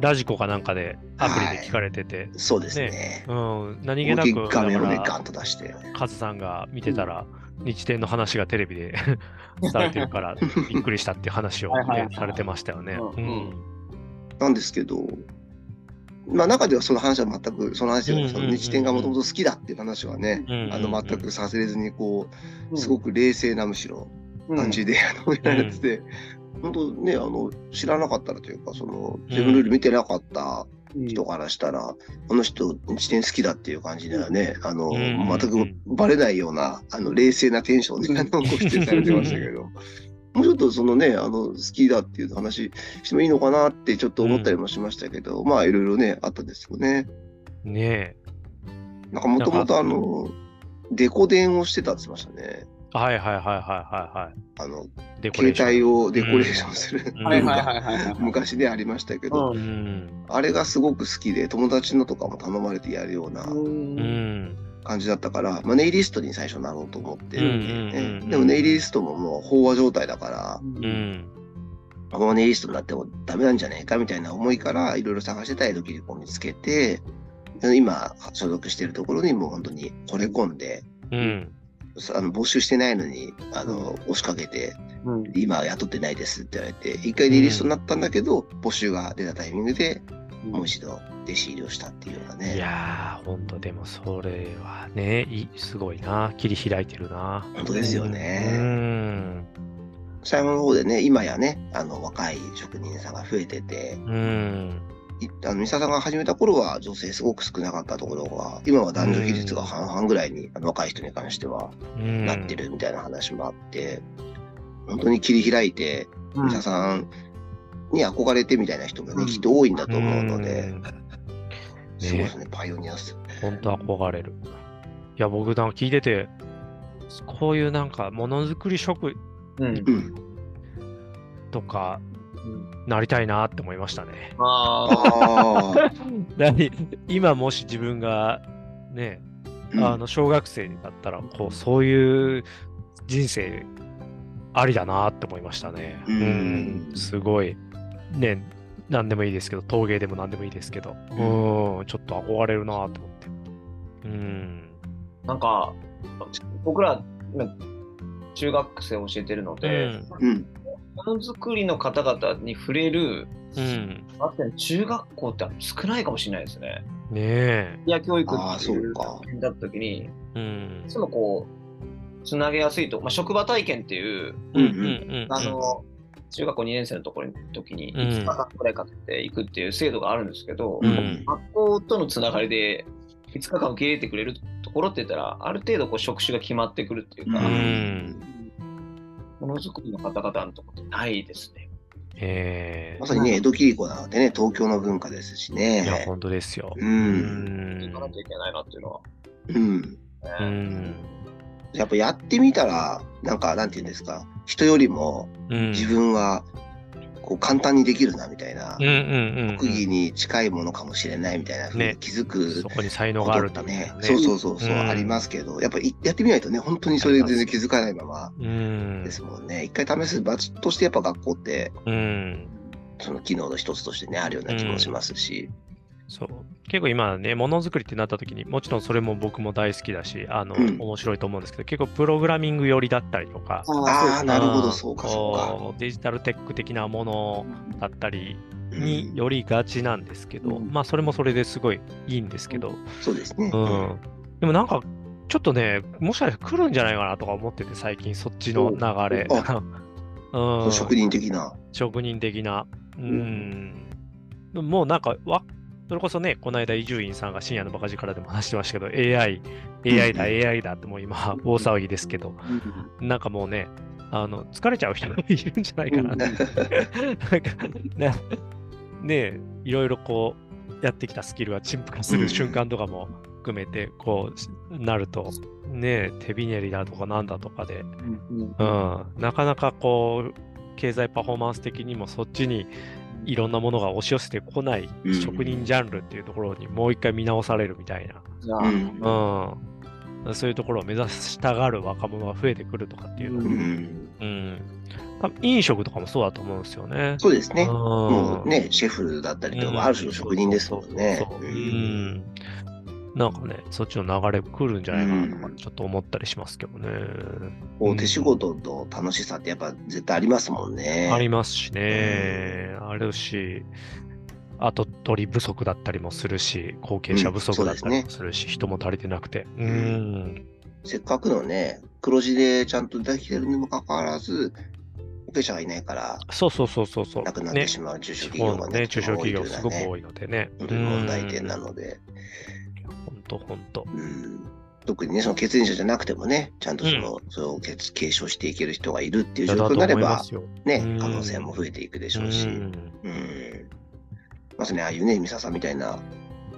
[SPEAKER 3] ラジコかなんかでアプリで聞かれてて、
[SPEAKER 1] そうですね。
[SPEAKER 3] うん、何気
[SPEAKER 1] 大
[SPEAKER 3] な
[SPEAKER 1] きい
[SPEAKER 3] く、
[SPEAKER 1] 画面をね、
[SPEAKER 3] だか
[SPEAKER 1] ガンと出して。
[SPEAKER 3] らカズさんが見てたら、日天の話がテレビで されてるから、びっくりしたっていう話を、
[SPEAKER 2] はいはいは
[SPEAKER 3] ね
[SPEAKER 2] い、
[SPEAKER 3] されてましたよね。
[SPEAKER 2] うん
[SPEAKER 3] うん
[SPEAKER 1] なんですけど、まあ中ではその話は全く、その話ではなく
[SPEAKER 3] うん
[SPEAKER 1] そ
[SPEAKER 3] うんうん
[SPEAKER 1] の日展がもともと好きだっていう話はね、
[SPEAKER 3] うんうんうん
[SPEAKER 1] あの全くさせれずに、こう、すご
[SPEAKER 2] く
[SPEAKER 1] く冷静なむしろ感じで、あのやられてて、本当ね、あの、知らなかったらというか、その、自分のルール見てなかった人からしたら、あの人、日展好きだっていう感じではね、あの、
[SPEAKER 3] うんうんう
[SPEAKER 1] 全
[SPEAKER 3] ん
[SPEAKER 1] くバレないような、あの、冷静なテンションで、あの、ご出演されてましたけ ど、もうちょっとそのね、あの、好きだっていう話してもいいのかなってちょっと思ったりもしましたけど、まあ、いろいろね、あったんですよね。
[SPEAKER 3] ねえ。
[SPEAKER 1] なんかもともとあの、デコ伝をしてたって言ってましたね。
[SPEAKER 3] はいはいはいはいはいはい。
[SPEAKER 1] あの、
[SPEAKER 3] デコレ
[SPEAKER 1] 携
[SPEAKER 3] ーション
[SPEAKER 1] 帯をデコレーションする、
[SPEAKER 3] うん
[SPEAKER 2] はいはいはいはいはい。
[SPEAKER 1] 昔でありましたけど、
[SPEAKER 2] う。
[SPEAKER 3] うん。
[SPEAKER 1] あれがすごく好きで、友達のとかも頼まれてやるような
[SPEAKER 3] うんん。
[SPEAKER 1] 感じだったから、まあ、ネイリストに最初なろうと思って、
[SPEAKER 3] うんうんうんう
[SPEAKER 1] ね
[SPEAKER 3] ん
[SPEAKER 1] でもネイリストももう飽和状態だから、
[SPEAKER 3] う。ん。
[SPEAKER 1] このままネイリストになってもダメなんじゃないかみたいな思いから、いろいろ探してた江戸切子を見つけて、今所属しているところにもう本当に惚れ込んで、
[SPEAKER 3] うん。
[SPEAKER 1] あの募集してないのにあの押しかけて、
[SPEAKER 2] うん。
[SPEAKER 1] 今雇ってないですって言われて、一回ネイリストになったんだけど、募集が出たタイミングでもう一度弟子入りをしたっていうようないね、
[SPEAKER 3] やー、ほんと、でもそれはね、いすごいな。切り開いてるな。
[SPEAKER 1] 本当ですよね。
[SPEAKER 3] うん。
[SPEAKER 1] 最後の方でね、今やね、あの若い職人さんが増えてて、
[SPEAKER 3] うん。
[SPEAKER 1] いあの三沢さんが始めた頃は女性すごく少なかったところが、今は男女比率が半々ぐらいに、あの若い人に関しては
[SPEAKER 3] うん
[SPEAKER 1] なってるみたいな話もあって、本当に切り開いて、三沢さんに憧れてみたいな人がね、
[SPEAKER 2] うん
[SPEAKER 1] きっと多いんだと思うので、
[SPEAKER 3] ん
[SPEAKER 1] すごいですね、パイオニアっすよね。
[SPEAKER 3] 本当憧れる。いや、僕なんか聞いてて、こういうなんかものづくり職
[SPEAKER 2] うん。
[SPEAKER 1] うん。
[SPEAKER 3] とかなりたいなって思いました ね。
[SPEAKER 2] ああ。
[SPEAKER 1] ああ、
[SPEAKER 3] だって今もし自分がね、あの小学生だったら、こう、そういう人生ありだなって思いましたね。
[SPEAKER 1] うん
[SPEAKER 3] うんすごい。ね、なんでもいいですけど、陶芸でもなんでもいいですけど、うん、ちょっと憧れるなと思って。うん。
[SPEAKER 2] なんか、僕ら、今中学生教えてるので、
[SPEAKER 1] うん、うん、
[SPEAKER 2] ものづくりの方々に触れる、
[SPEAKER 3] うん。
[SPEAKER 2] あって中学校って少ないかもしれないですね。
[SPEAKER 3] ねえ。
[SPEAKER 2] いや教育
[SPEAKER 1] あー
[SPEAKER 2] って
[SPEAKER 1] そ
[SPEAKER 2] いうう
[SPEAKER 1] か
[SPEAKER 2] 体験だった時に、い
[SPEAKER 3] うん。
[SPEAKER 2] つもこう、つなげやすいと、まあ、職場体験っていう、
[SPEAKER 1] うんうん
[SPEAKER 3] ん
[SPEAKER 2] あの、中学校2年生のところに時に
[SPEAKER 3] うん
[SPEAKER 2] 5日間くらいかけていくっていう制度があるんですけど、
[SPEAKER 3] うん
[SPEAKER 2] 学校とのつながりで5日間受け入れてくれるところって言ったらある程度こう職種が決まってくるっていう
[SPEAKER 1] う
[SPEAKER 2] か、
[SPEAKER 3] ん
[SPEAKER 1] ん。
[SPEAKER 2] ものづくりの方々のところってないですね。
[SPEAKER 3] え
[SPEAKER 1] まさにね、江戸切子なんてね、東京の文化ですし
[SPEAKER 3] えいや、
[SPEAKER 1] ね。
[SPEAKER 3] 本当ですよ。
[SPEAKER 1] う。
[SPEAKER 3] うん
[SPEAKER 2] 行
[SPEAKER 3] ん
[SPEAKER 2] か。なきゃいけないなっていうのは。
[SPEAKER 1] うん。
[SPEAKER 3] う
[SPEAKER 2] ね
[SPEAKER 3] ん。
[SPEAKER 1] やっぱやってみたら、なんか、なんて言うんですか、人よりも
[SPEAKER 3] うん。
[SPEAKER 1] 自分は、こう、簡単にできるな、みたいな
[SPEAKER 3] うん、うんうん。
[SPEAKER 1] 特技に近いものかもしれない、みたいなふう
[SPEAKER 3] ね
[SPEAKER 1] に気づく
[SPEAKER 3] そこに才能
[SPEAKER 1] こ
[SPEAKER 3] があ
[SPEAKER 1] と
[SPEAKER 3] る
[SPEAKER 1] っ
[SPEAKER 3] んだ
[SPEAKER 1] て
[SPEAKER 3] みたい
[SPEAKER 1] ね
[SPEAKER 3] な、
[SPEAKER 1] そうそうそうそう、
[SPEAKER 3] うん
[SPEAKER 1] ありますけど、やっぱりやってみないとね、本当にそれで全然気づかないまま
[SPEAKER 3] うん
[SPEAKER 1] ですもんね。一回試す場として、やっぱ学校って、
[SPEAKER 3] うん。
[SPEAKER 1] その機能の一つとしてね、あるような気もしますし。
[SPEAKER 3] そう。結構今ね、ものづくりってなった時に、もちろんそれも僕も大好きだし、あの、
[SPEAKER 1] うん
[SPEAKER 3] 面白いと思うんですけど、結構プログラミング寄りだったりとか、
[SPEAKER 1] ああ、なるほ
[SPEAKER 3] うん
[SPEAKER 1] ど、そうか、そ
[SPEAKER 3] こうデジタルテック的なものだったり
[SPEAKER 1] うか。
[SPEAKER 3] に
[SPEAKER 1] うん
[SPEAKER 3] よりがちなんですけど、
[SPEAKER 2] うん
[SPEAKER 3] まあそれもそれですごいいいんですけど、
[SPEAKER 1] そうですね。
[SPEAKER 3] うんでもなんかちょっとねもしかしたら来るんじゃないかなとか思ってて最近そっちの流れ、 うん、
[SPEAKER 1] 職人的な。
[SPEAKER 3] 職人的なうん、もうなんかわそれこそねこの間伊集院さんが深夜のバカ力でも話してましたけど AI AI だ AI だってもう今大騒ぎですけどなんかもうね、あの疲れちゃう人がいるんじゃないかな。
[SPEAKER 2] うん
[SPEAKER 3] なんかなねえ、いろいろこう、やってきたスキルが陳腐化す
[SPEAKER 1] うんうん
[SPEAKER 3] る瞬間とかも含めて、こうしなると、ねえ、手びねりだとかなんだとかで、うん、なかなかこう、経済パフォーマンス的にもそっちにいろんなものが押し寄せてこない
[SPEAKER 1] うんうん
[SPEAKER 3] 職人ジャンルっていうところにもう一回見直されるみたいな。
[SPEAKER 2] じゃあ、
[SPEAKER 1] うん
[SPEAKER 3] うん、そういうところを目指したがる若者が増えてくるとかっていうのも、
[SPEAKER 1] う
[SPEAKER 2] うん
[SPEAKER 1] ん
[SPEAKER 3] うん、多分飲食とかもそうだと思うんですよね。
[SPEAKER 1] そうですね。も
[SPEAKER 3] も
[SPEAKER 1] うね、シェフだったりと
[SPEAKER 3] うん
[SPEAKER 1] か、ある種の職人ですもんね
[SPEAKER 3] そう。そう
[SPEAKER 1] う
[SPEAKER 3] そううんんなんかね、そっちの流れ来るんじゃないかなとか
[SPEAKER 1] う、ん
[SPEAKER 3] ちょっと思ったりしますけどね。
[SPEAKER 1] こう手仕事と楽しさってやっぱ絶対ありますもんね。
[SPEAKER 3] ありますしね、あるし、あと鳥不足だったりもするし、後継者不足だったりもするし、人も足りてなくて。うん。
[SPEAKER 1] せっかくのね、黒字でちゃんとできてるにもかかわらず、保険者がいないから、
[SPEAKER 3] そうそうそうそうそう。
[SPEAKER 1] なくなっ
[SPEAKER 3] ね
[SPEAKER 1] てしまう中小
[SPEAKER 3] 地
[SPEAKER 1] 企業
[SPEAKER 3] 方
[SPEAKER 1] が
[SPEAKER 3] の
[SPEAKER 1] ね、
[SPEAKER 3] ね、中小企業
[SPEAKER 1] と
[SPEAKER 3] す
[SPEAKER 1] ても
[SPEAKER 3] ごく
[SPEAKER 1] 多
[SPEAKER 3] 多
[SPEAKER 1] い
[SPEAKER 3] いのでね。
[SPEAKER 1] というのはね。うん問題点なので、
[SPEAKER 3] 本当本当。
[SPEAKER 1] うん特にね、その欠員者じゃなくてもね、ちゃんとその、それを継継承していける人がいるっていう
[SPEAKER 3] いや
[SPEAKER 1] 状況
[SPEAKER 3] だと
[SPEAKER 1] になれ
[SPEAKER 3] 思いま
[SPEAKER 1] ば、
[SPEAKER 3] すよ。
[SPEAKER 1] ね
[SPEAKER 3] うん、
[SPEAKER 1] 可能性も増えていくでし
[SPEAKER 3] う
[SPEAKER 1] ょうし、うん。
[SPEAKER 3] ん
[SPEAKER 1] まさにああいうね、ミサさんみたいな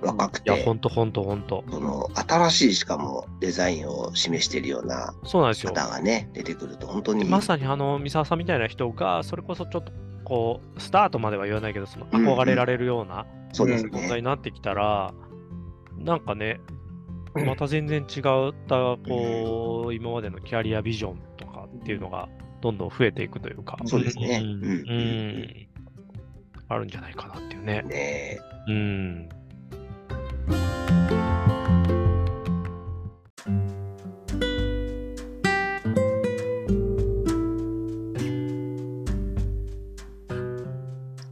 [SPEAKER 1] 若く
[SPEAKER 3] いや、
[SPEAKER 1] て
[SPEAKER 3] ほ、んとほんとほんと。
[SPEAKER 1] その新しいしかもデザインを示しているような
[SPEAKER 3] そうなんですよ。
[SPEAKER 1] 方がね、出てくると本当に。
[SPEAKER 3] まさにあの、三沢さんみたいな人が、それこそちょっと、こう、スタートまでは言わないけど、その
[SPEAKER 1] うんうん
[SPEAKER 3] 憧れられるような
[SPEAKER 1] そうです
[SPEAKER 3] 問題
[SPEAKER 1] ね。
[SPEAKER 3] になってきたら、なんかね、
[SPEAKER 2] うん
[SPEAKER 3] また全然違った、こう、今までのキャリアビジョンとかっていうのが、どんどん増えていくというか、
[SPEAKER 1] そうですね
[SPEAKER 3] う
[SPEAKER 1] うん
[SPEAKER 3] ん
[SPEAKER 1] うん
[SPEAKER 3] うんあるんじゃないかなっていうね。
[SPEAKER 1] ねえ
[SPEAKER 3] うん。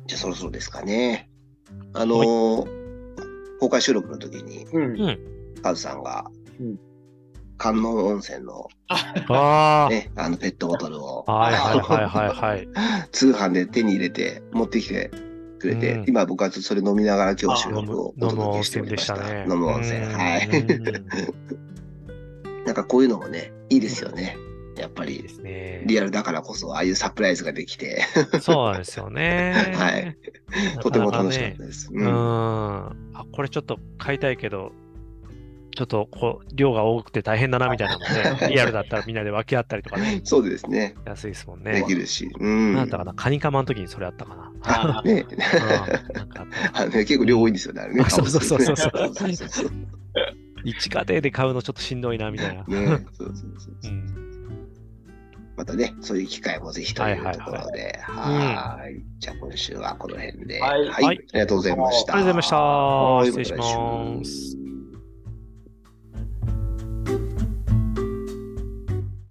[SPEAKER 1] じゃあそろそろですかね。あのー公開収録の時に、
[SPEAKER 2] うん
[SPEAKER 1] カズさんが
[SPEAKER 2] うん、
[SPEAKER 1] 観音温泉の,、
[SPEAKER 3] あ
[SPEAKER 1] ね、あのペットボトルを
[SPEAKER 3] あ、はいはいはいはいはい。
[SPEAKER 1] 通販で手に入れて持ってきてくれて、
[SPEAKER 3] うん
[SPEAKER 1] 今僕は それ飲みながら今日収
[SPEAKER 3] 飲む
[SPEAKER 1] 録をお
[SPEAKER 3] 飲む
[SPEAKER 1] 届
[SPEAKER 3] 温
[SPEAKER 1] けしており
[SPEAKER 3] 泉で
[SPEAKER 1] ま
[SPEAKER 3] し
[SPEAKER 1] した
[SPEAKER 3] た
[SPEAKER 1] た。
[SPEAKER 3] ね。
[SPEAKER 1] 飲む温泉。
[SPEAKER 3] うん
[SPEAKER 1] は
[SPEAKER 3] う
[SPEAKER 1] い。
[SPEAKER 3] ん
[SPEAKER 1] なんかこういうのもね、いいですよね。やっぱ
[SPEAKER 3] いいで
[SPEAKER 1] り
[SPEAKER 3] すね。
[SPEAKER 1] リアルだからこそ、ああいうサプライズができ て、。
[SPEAKER 3] そうなんですよね
[SPEAKER 1] はい
[SPEAKER 3] なかなかね。
[SPEAKER 1] とても楽しかったです。
[SPEAKER 3] う。
[SPEAKER 1] うんん
[SPEAKER 3] あ、これちょっと買いたいけど、ちょっとこう量が多くて大変だなみたいなのもね、リアルだったらみんなで分け合ったりとかね、
[SPEAKER 1] そうですね。
[SPEAKER 3] 安いですもん
[SPEAKER 1] で
[SPEAKER 3] ね
[SPEAKER 1] き。るし。うん。
[SPEAKER 3] なんだったかな、カニカマの時にそれあったかな。
[SPEAKER 1] あね
[SPEAKER 3] うんなんかあった
[SPEAKER 1] あのね結構量多いんですよね、あれね。
[SPEAKER 3] そうそうそうそう
[SPEAKER 1] カボスねそうそうそう
[SPEAKER 3] 一家庭で買うのちょっとしんどいなみたいな。
[SPEAKER 1] ねそうそうそう
[SPEAKER 3] う、
[SPEAKER 1] そうんまたね、そういう機会もぜひというところで。
[SPEAKER 3] いはい
[SPEAKER 1] はーい。じゃあ今週はこの辺で。
[SPEAKER 2] はい
[SPEAKER 1] はい。ありがとうございました。
[SPEAKER 3] ありがとうございました
[SPEAKER 1] はい
[SPEAKER 3] 失礼しま
[SPEAKER 1] た
[SPEAKER 3] す
[SPEAKER 1] 来週